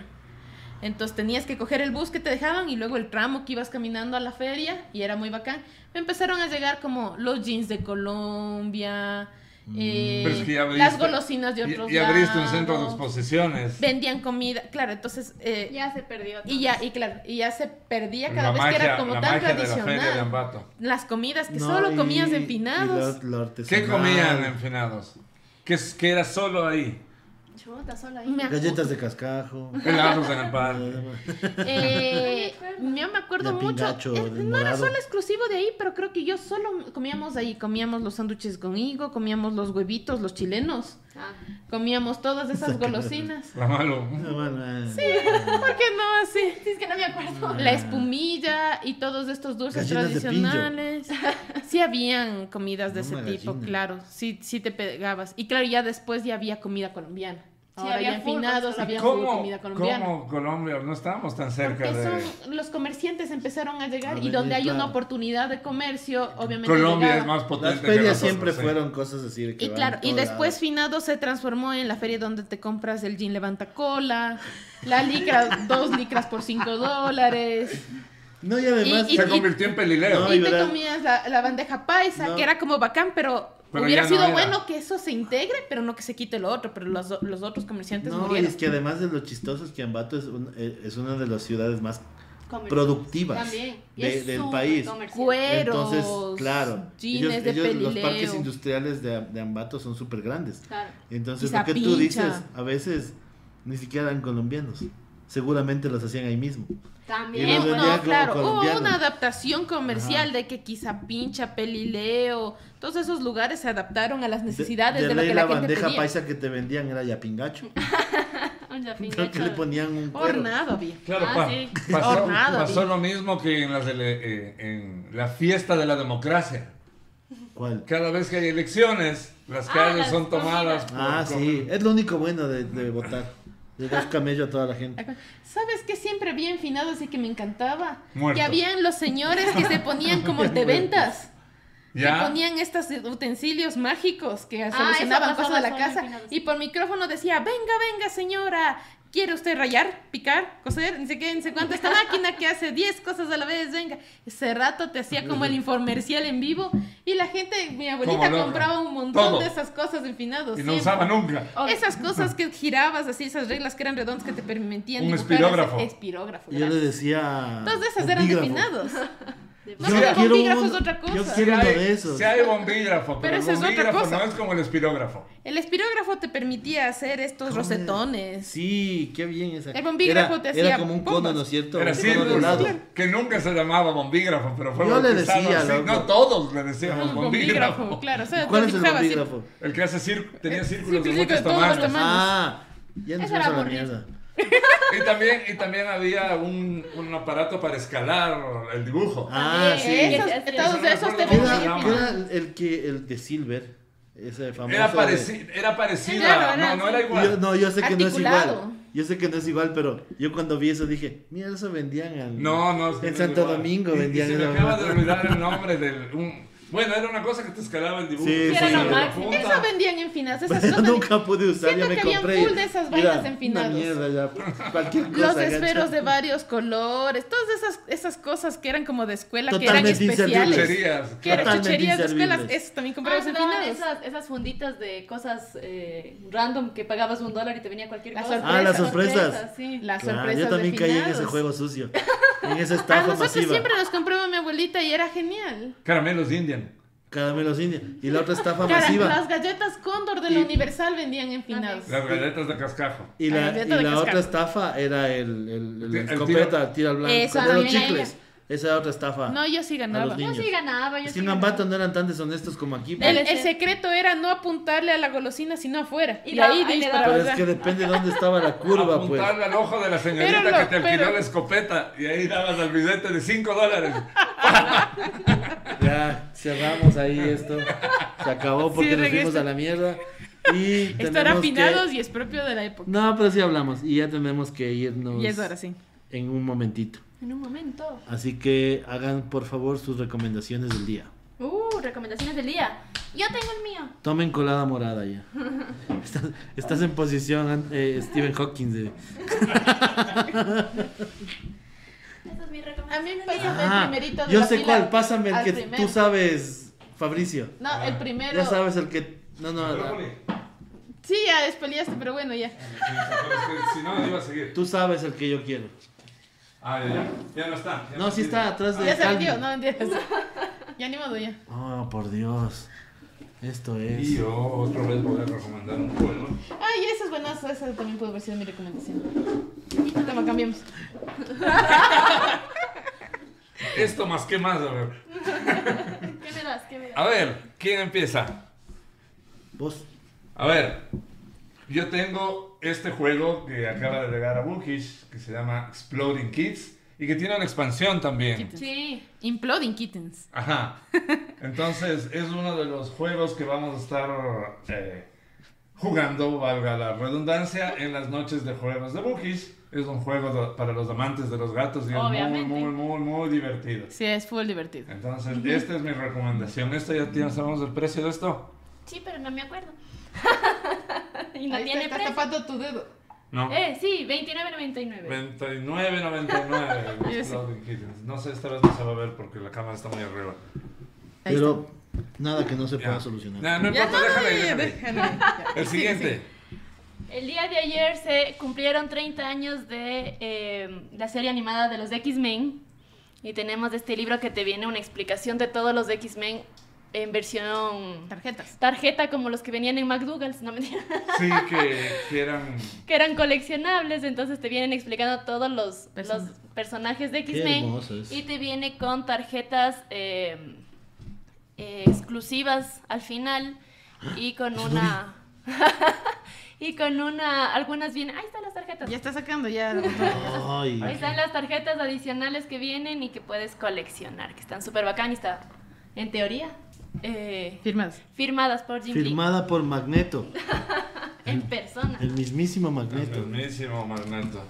S2: Entonces tenías que coger el bus que te dejaban y luego el tramo que ibas caminando a la feria y era muy bacán. Me empezaron a llegar como los jeans de Colombia, eh,
S1: Mm. Pero es que ya abriste-
S2: las golosinas de otros
S1: Y, y abriste un centro de
S2: lados,
S1: exposiciones.
S2: Vendían comida, claro, entonces eh,
S5: Ya se perdió. todo.
S2: y ya, y claro, y ya se perdía cada
S1: la
S2: vez
S1: magia,
S2: que era como
S1: la
S2: tan
S1: magia de la feria de
S2: tradicional.
S1: Ambato.
S2: Las comidas que
S4: No,
S2: solo
S4: y-
S2: comías
S4: y
S2: de finados.
S4: lo- lo
S1: ¿Qué
S4: artesanal.
S1: comían en Finados? Que, es- que era solo ahí.
S5: Chuta, solo ahí.
S2: Me acu-
S4: Galletas de cascajo.
S1: Helados en el pan.
S2: eh, yo me acuerdo
S4: De
S2: mucho.
S4: pingacho,
S2: eh,
S4: de
S2: no era
S4: morado.
S2: solo exclusivo de ahí, pero creo que yo solo comíamos ahí. Comíamos los sándwiches con higo, comíamos los huevitos, los chilenos.
S5: Ah.
S2: Comíamos todas esas golosinas.
S1: La malo.
S4: No, bueno, eh.
S2: ¿Por qué no así?
S5: Sí, es que no me acuerdo.
S2: La espumilla y todos estos dulces
S4: Ah. Gallinas de pincho. *laughs*
S2: tradicionales. Sí habían comidas de
S4: No,
S2: ese
S4: una
S2: tipo,
S4: gallina.
S2: claro. Sí, sí te pegabas. Y claro, ya después ya había comida colombiana.
S5: Sí,
S2: Ahora
S5: había
S2: ya en
S5: full
S2: finados
S5: comida
S2: había full
S1: ¿Cómo,
S2: comida colombiana.
S1: ¿Cómo Colombia? No estábamos tan cerca
S2: Porque
S1: de...
S2: son, los comerciantes empezaron a llegar
S4: A
S2: y
S4: ver,
S2: donde hay
S4: claro.
S2: una oportunidad de comercio, obviamente.
S1: Colombia es
S2: llegaba.
S1: más potente
S4: Las
S1: que
S4: ferias
S1: nosotros,
S4: siempre
S1: sí.
S4: fueron cosas así. de que
S2: Y
S4: van
S2: claro, y
S4: todo
S2: después
S4: lado.
S2: Finado se transformó en la feria donde te compras el jean levanta cola, la
S1: *laughs*
S2: licra, dos licras por cinco dólares,
S4: No, y además.
S2: y-
S1: Se convirtió en pelileo.
S4: No,
S2: y
S4: y
S2: te
S4: verás-
S2: comías la, la bandeja paisa,
S4: No.
S2: que era como bacán, pero,
S1: Pero
S2: hubiera
S1: ya no
S2: sido
S1: era.
S2: bueno que eso se integre, pero no que se quite lo otro, pero los, los otros comerciantes
S4: No, y
S2: murieron.
S4: es que además de lo chistoso es que Ambato es, un- eh, es una de las ciudades más
S2: Pues
S5: Comer-
S4: Mm. productivas
S5: También. Y
S4: de-
S5: es
S4: del
S5: súper
S4: país.
S5: comercial.
S2: Cueros,
S4: Entonces, claro,
S2: jeans
S4: ellos-
S2: de
S4: ellos- los
S2: pelileo.
S4: parques industriales de, de Ambato son súper grandes.
S5: Claro.
S4: Entonces,
S2: Y
S4: lo que tú
S2: Zapincha.
S4: dices, a veces ni siquiera eran colombianos. Seguramente los hacían ahí mismo.
S5: También.
S4: Y los
S5: bueno,
S4: vendía
S2: No,
S4: como
S2: claro, hubo
S4: colombiano.
S2: una adaptación comercial de que quizá pincha, pelileo, todos esos lugares se adaptaron a las necesidades de, lo
S4: ley,
S2: que la, gente
S4: bandeja
S2: pedía.
S4: paisa que te vendían era
S2: *laughs*
S4: ya pingacho.
S5: un yapingacho.
S4: *laughs* Creo que le ponían un cuero.
S2: Hornado había.
S1: Claro,
S5: Ah,
S1: pa-
S5: sí.
S1: pasó,
S2: Hornado,
S1: pasó
S2: dije.
S1: lo mismo que en, las ele- eh, en la fiesta de la democracia.
S4: ¿Cuál?
S1: Cada vez que hay elecciones, las
S5: Ah,
S1: calles
S5: las
S1: son tomadas por...
S4: Ah,
S1: por-
S4: sí. Es lo único bueno de, de votar. Le das camello a toda la gente.
S2: pues, ¿Sabes qué siempre bien finado así que me encantaba?
S1: Muerto.
S2: Que habían los señores que se ponían
S4: *laughs*
S2: como de ventas.
S1: Ya.
S2: Que ponían estos utensilios mágicos que
S5: Ah, eso
S2: solucionaban
S5: pasaba
S2: cosas de la
S5: solo en
S2: casa.
S5: finales.
S2: Y por micrófono decía, venga, venga, señora, ¿quiere usted rayar, picar, coser? Ni sé qué, ni sé cuánto.
S5: *laughs*
S2: Esta máquina que hace 10 cosas a la vez, venga. Ese rato te hacía como el infomercial en vivo. Y la gente, mi abuelita
S1: loca.
S2: compraba un montón
S1: Todo.
S2: de esas cosas en finados.
S1: Y no
S2: siempre.
S1: usaba nunca. *laughs*
S2: Esas cosas que girabas así, esas reglas que eran redondas que te permitían
S1: Un
S2: dibujar
S1: espirógrafo.
S2: ese- Espirógrafo,
S4: Yo le
S2: gracias.
S4: decía.
S2: Todas esas eran de
S4: epígrafo.
S2: finados. No,
S4: Yo
S2: pero
S4: quiero
S2: bolígrafo
S4: uno-
S2: es otra cosa.
S4: Yo
S1: Si
S4: quiero uno
S1: hay,
S4: de esos.
S1: sí hay bombígrafo, pero,
S2: Pero
S1: el
S2: esa es otra
S1: bombígrafo
S2: cosa.
S1: no es como el espirógrafo.
S2: El espirógrafo te permitía hacer estos
S4: Cones.
S2: rosetones.
S4: Sí, qué bien esa.
S2: El bombígrafo
S4: era,
S2: te
S4: era
S2: hacía
S4: como un
S2: bombas.
S4: cono, ¿no es cierto?
S1: Era
S4: un
S1: así,
S4: cono de
S1: pues,
S4: lado.
S1: que nunca se llamaba bombígrafo, pero fue
S4: Yo le
S1: bautizado
S4: decía,
S1: así.
S4: loco.
S1: No todos le
S2: Ah,
S1: decíamos
S2: un
S1: bombígrafo.
S2: claro. O sea,
S4: ¿Cuál
S2: te
S4: es el
S2: fijabas, sí.
S4: bombígrafo?
S1: El que hace cir- tenía
S2: Eh,
S1: círculos
S2: sí,
S1: de
S2: sí,
S1: muchos
S2: con todos los
S1: tamaños.
S2: tamaños.
S4: Ah, ya nos
S5: Esa
S4: fuimos
S5: era
S4: a la
S5: aburrida.
S4: mierda.
S1: Y también, y también había un, un aparato para escalar el dibujo.
S4: Ah, sí.
S2: Esos-
S5: Sí, sí, sí.
S2: Eh, todos esos
S1: ¿Qué
S4: ¿Qué
S2: tenemos
S1: se
S4: era,
S1: llama?
S4: qué era el que el de Silver? Ese famoso.
S1: Era,
S4: de-
S1: pareci- era parecida,
S2: Claro, era
S1: no, no era
S2: así.
S1: igual.
S4: Yo- no, yo sé que no es igual.
S2: Articulado.
S4: Yo sé que no es igual, pero yo cuando vi eso dije, mira, eso vendían al-
S1: No, no.
S4: En Santo Domingo
S1: vendían.
S4: vendían
S1: Se me
S4: esa
S1: acaba
S4: madre.
S1: de olvidar el nombre del. un- Bueno, era una cosa que te escalaba el dibujo.
S4: Sí,
S1: Te
S4: sí,
S1: salía de
S4: sí.
S1: la
S5: Era lo máximo.
S1: punta.
S2: Eso vendían en finas. Esas
S4: *laughs* Pero
S2: cosas de-
S4: nunca pude usar,
S2: Siento
S4: ya me
S2: que habían
S4: compré.
S2: full de esas
S4: Mira,
S2: vainas enfinadas.
S4: Una mierda ya, cualquier cosa.
S2: Los
S4: gacha.
S2: esferos de varios colores, todas esas, esas cosas que eran como de escuela, que
S4: Totalmente
S2: eran especiales.
S4: inservibles.
S1: Chucherías.
S2: Que eran
S4: Totalmente
S2: chucherías de escuelas,
S4: inservibles.
S2: eso también
S5: Ah,
S2: compramos en
S5: no,
S2: finados.
S5: esas, esas funditas de cosas eh, random que pagabas un dólar y te venía cualquier
S2: Las
S5: cosa.
S2: sorpresas. Ah, las
S4: sorpresas.
S5: sí.
S2: Las
S4: Claro,
S2: sorpresas
S4: yo también
S2: de
S4: caí en
S2: finados.
S4: ese
S2: *laughs*
S4: juego sucio. En esa
S2: A
S4: estafa
S2: nosotros
S4: masiva.
S2: siempre nos compraba mi abuelita y era genial.
S1: Caramelos Indian.
S4: Caramelos India. Y la otra estafa
S2: Cara,
S4: masiva.
S2: las galletas Cóndor de la
S4: Y-
S2: Universal vendían en finados.
S1: Las galletas de cascajo.
S4: Y
S2: la
S4: la, y
S2: galleta de
S4: la otra
S2: cascabel.
S4: estafa era el, el, el
S1: El tiro-
S4: escopeta, el tiro al blanco.
S2: Esa
S4: de los
S5: también era
S4: chicles. Esa era otra estafa.
S2: No, yo sí
S4: Ah. a
S2: ganaba.
S4: los niños.
S5: Yo sí ganaba. Yo
S4: Es
S5: sí
S4: que en
S5: ganaba.
S4: Ambato no eran tan deshonestos como aquí. pues.
S2: El,
S4: Pero,
S2: el secreto era no apuntarle a la golosina, sino afuera.
S5: Y
S2: Y,
S5: da-
S2: ahí
S5: ahí le
S2: disparaba.
S4: pero es que depende de dónde estaba la curva, pues.
S1: Apuntarle al ojo de la señorita
S2: Pero lo-
S1: que te alquiló
S2: pero-
S1: la escopeta y ahí dabas al billete de 5
S2: *laughs*
S1: dólares.
S4: Ya, cerramos ahí esto. Se acabó porque nos
S2: Cierren
S4: fuimos
S2: esto.
S4: a la mierda. Y
S2: Esto era
S4: tenemos que-
S2: finados y es propio de la época.
S4: No, pero sí hablamos. Y ya tenemos que irnos
S2: Y es ahora sí.
S4: en un momentito.
S5: En un momento.
S4: Así que hagan, por favor, sus recomendaciones del día.
S5: Uh, recomendaciones del día. Yo tengo el mío.
S4: Tomen colada morada
S2: *laughs*
S4: ya. Estás, estás en posición, eh, Stephen Hawking. de-
S5: Esa es mi
S2: A
S5: recomendación.
S2: mí me pasó
S4: Ah,
S2: el primerito de
S4: yo
S2: la
S4: sé
S2: fila
S4: cuál, pásame el
S2: al
S4: que
S2: primero.
S4: tú sabes, Fabricio.
S2: No, el primero.
S4: Ya sabes el que... No, no, no,
S2: Sí, ya despeleaste, pero bueno, ya.
S1: Si no, iba a seguir.
S4: tú sabes el que yo quiero.
S1: Ah, ya, ya. Ya no está. ya
S4: No, sí
S1: tiene.
S4: está atrás de...
S2: Ya se
S4: Calvin.
S2: vendió, no mentiras. Ya ni modo, ya.
S4: Oh, por Dios. Esto es...
S1: Y yo otra vez voy a recomendar un juego.
S2: Ay, esa es buena, esa también puede haber sido mi recomendación. Toma, cambiamos.
S1: Esto más que más, a ver.
S5: ¿Qué me das? ¿Qué me das?
S1: A ver, ¿quién empieza?
S4: Vos.
S1: A ver, yo tengo este juego que acaba de llegar a Bookish, que se llama Exploding Kids, y que tiene una expansión también.
S2: Kittens.
S5: Sí.
S2: Imploding Kittens.
S1: Ajá. Entonces, es uno de los juegos que vamos a estar eh, jugando, valga la redundancia, en las noches de juegos de Bookish. Es un juego do- para los amantes de los gatos y es
S5: Obviamente.
S1: muy, muy, muy, muy divertido.
S2: Sí, es full divertido.
S1: Entonces, esta es mi recomendación. ¿Esto ya tiene- sabemos el precio de esto?
S5: Sí, pero no me acuerdo. *laughs* y no
S2: Ahí está,
S5: tiene
S2: estás
S5: precio.
S2: tapando tu dedo.
S1: No.
S5: Eh, sí, 29.99.
S1: 29.99
S2: *laughs* Yo
S1: el
S2: sí.
S1: Exploding Kittens. No sé, esta vez no se va a ver porque la cámara está muy arriba.
S2: Ahí
S4: Pero nada que no se
S1: Ya.
S4: pueda solucionar.
S1: Ya, no
S2: Ya no,
S1: importa, déjala ahí,
S2: ya,
S1: déjala ahí.
S2: déjalo. Ya.
S1: El
S2: *laughs* Sí,
S1: siguiente.
S5: El día de ayer se cumplieron 30 años de eh, la serie animada de los X-Men. Y tenemos este libro que te viene una explicación de todos los X-Men en versión
S2: sí. Tarjetas.
S5: tarjeta, como los que venían en McDougall's, no me *laughs*
S1: Sí, que, que eran...
S5: que eran coleccionables, entonces te vienen explicando todos los,
S2: Personas.
S5: los personajes de
S4: Qué
S5: X-Men
S4: hermoso es.
S5: y te viene con tarjetas eh, eh, exclusivas al final y con una *laughs* y con una algunas vienen, ahí están las tarjetas.
S2: Ya está sacando ya. la botella.
S4: Ay.
S5: Ahí están las tarjetas adicionales que vienen y que puedes coleccionar, que están súper bacán y está, en teoría, eh,
S2: Firmadas.
S5: firmadas por Jim Lee
S4: Firmada por Magneto.
S5: en persona.
S4: El mismísimo Magneto.
S1: Buenísimo, Magneto.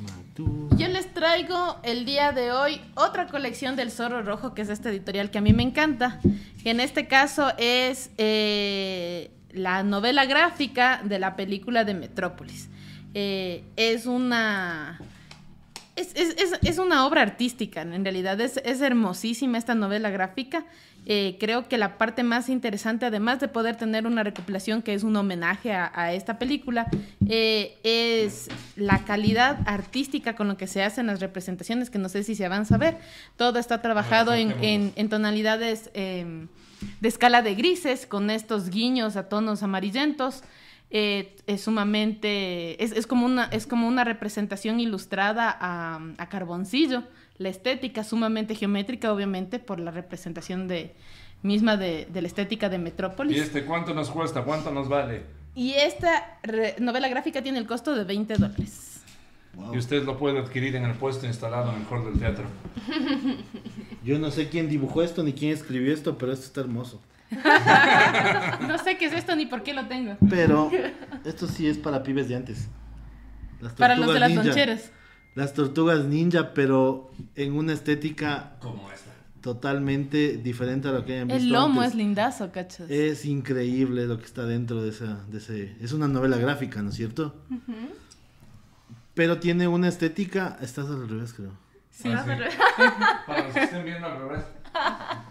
S4: Magneto.
S2: Yo les traigo el día de hoy otra colección del Zorro Rojo, que es esta editorial que a mí me encanta, que en este caso es eh, la novela gráfica de la película de Metrópolis. Eh, es una... Es, es- es- es una obra artística, en realidad es, es hermosísima esta novela gráfica. Eh, creo que la parte más interesante, además de poder tener una recopilación que es un homenaje a, a esta película, eh, es la calidad artística con lo que se hacen las representaciones, que no sé si se van a ver. Todo está trabajado en, en- en tonalidades em, de escala de grises, con estos guiños a tonos amarillentos eh, es sumamente, es, es como una, es como una representación ilustrada a, a carboncillo, la estética sumamente geométrica, obviamente, por la representación de, misma de, de la estética de
S1: ¿Y
S2: Metrópolis.
S1: este cuánto nos cuesta? ¿Cuánto nos vale?
S2: Y esta re- novela gráfica tiene el costo de 20 dólares.
S4: Wow.
S1: Y usted lo puede adquirir en el puesto instalado en el hall del teatro.
S4: Yo no sé quién dibujó esto ni quién escribió esto, pero esto está hermoso.
S2: No sé qué es esto ni por qué lo tengo. *laughs*
S4: Pero esto sí es para pibes de antes. Las
S2: Para los
S4: tortugas
S2: de las
S4: ninja.
S2: loncheras.
S4: Las tortugas ninja, pero en una estética
S1: Como esta.
S4: totalmente diferente a lo que hayan visto.
S2: El lomo
S4: antes.
S2: es lindazo, cachas.
S4: Es increíble lo que está dentro de, esa, de ese... Es una novela gráfica, ¿no es cierto? Pero tiene una estética... Estás al revés, creo.
S5: Sí,
S1: Ah,
S5: vas
S1: sí.
S5: al revés.
S1: *laughs* Para los que estén viendo al revés,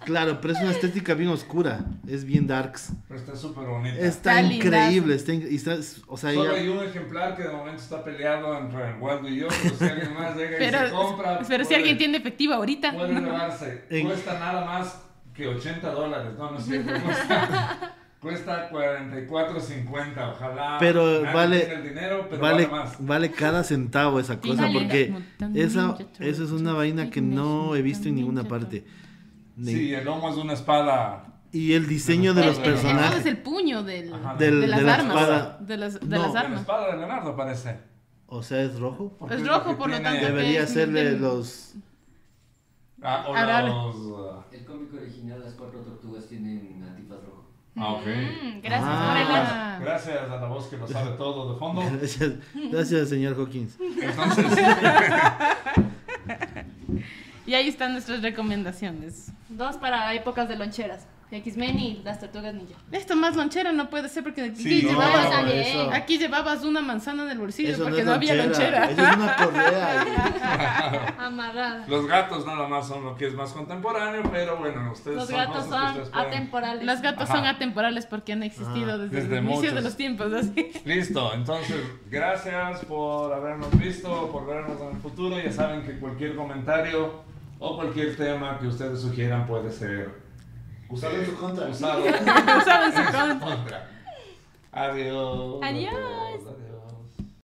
S4: Claro, pero es una estética bien oscura. Es bien darks.
S1: pero está súper bonita.
S4: Está,
S2: Está
S4: increíble. Está, in- y está- o sea,
S1: Solo
S4: ella-
S1: hay un ejemplar que de momento está peleado entre el Waldo y yo, pero si alguien más llega y se
S2: Pero,
S1: compra...
S2: pero si
S1: puede-
S2: alguien tiene efectivo ahorita.
S1: Puede elevarse.
S4: En-
S1: Cuesta nada más que 80 dólares. No, no es cierto. Cuesta, cuesta 44.50. Ojalá.
S4: Pero
S1: nadie
S4: vale-
S1: tenga el dinero, pero vale,
S4: vale,
S1: más.
S4: vale cada centavo esa cosa
S2: Vale.
S4: porque
S2: Mutant
S4: esa,
S2: Ninja Turtles,
S4: eso es una vaina que no he visto en ninguna
S2: Mutant
S4: parte.
S2: Ninja
S4: Ni-
S1: Sí, el lomo es una espada.
S4: Y el diseño de
S1: Pero
S4: los
S1: el- el- el-
S2: Eso es
S4: personajes.
S2: el puño del,
S1: Ajá.
S4: del-
S2: de las
S4: de la
S2: armas.
S4: espada.
S2: De las, de
S4: No,
S2: las
S4: de
S1: La
S2: armas.
S1: espada de Leonardo parece.
S4: O sea, es rojo.
S1: Porque
S2: Es
S1: lo
S2: rojo,
S1: que
S2: por lo
S1: tiene-
S2: tanto, Debe-
S4: Debería
S2: es
S4: hacerle
S2: Nintendo.
S4: los...
S1: Ah, o
S2: Arable.
S1: los, ah,
S7: El cómic original, las cuatro tortugas tienen antifaz rojo.
S1: Ah, ok.
S5: Mm, gracias
S4: Ah.
S5: por el dato.
S2: Ah.
S1: Gracias a la voz que lo sabe todo de fondo.
S4: *laughs* Gracias, gracias, señor Hawkins.
S1: Entonces, *laughs*
S2: Y ahí están nuestras recomendaciones.
S5: Dos para épocas de loncheras. X-Men y las tortugas ninja.
S2: Esto más lonchera no puede ser porque aquí,
S1: Sí, no,
S2: llevabas,
S1: no,
S4: eso-
S2: aquí llevabas una manzana en el bolsillo
S4: Eso no
S2: porque
S4: es
S2: no, había
S4: lonchera.
S2: lonchera.
S4: Eso es una correa.
S5: Amarrada.
S1: los gatos nada más son lo que es más contemporáneo, pero bueno, ustedes
S5: Los
S1: son
S5: gatos
S1: cosas que
S5: son
S1: ustedes pueden-
S5: atemporales.
S2: Los gatos
S1: Ajá.
S2: son atemporales porque han existido
S4: Ah,
S2: desde,
S1: desde
S2: el inicio de
S1: muchos.
S2: los tiempos. así.
S1: Listo, entonces gracias por habernos visto, por vernos en el futuro. Ya saben que cualquier comentario o cualquier tema que ustedes sugieran puede ser usado en su contra. *laughs* Usado en
S2: Usaban su
S1: su
S2: contra.
S1: contra. Adiós.
S5: Adiós.
S1: Adiós.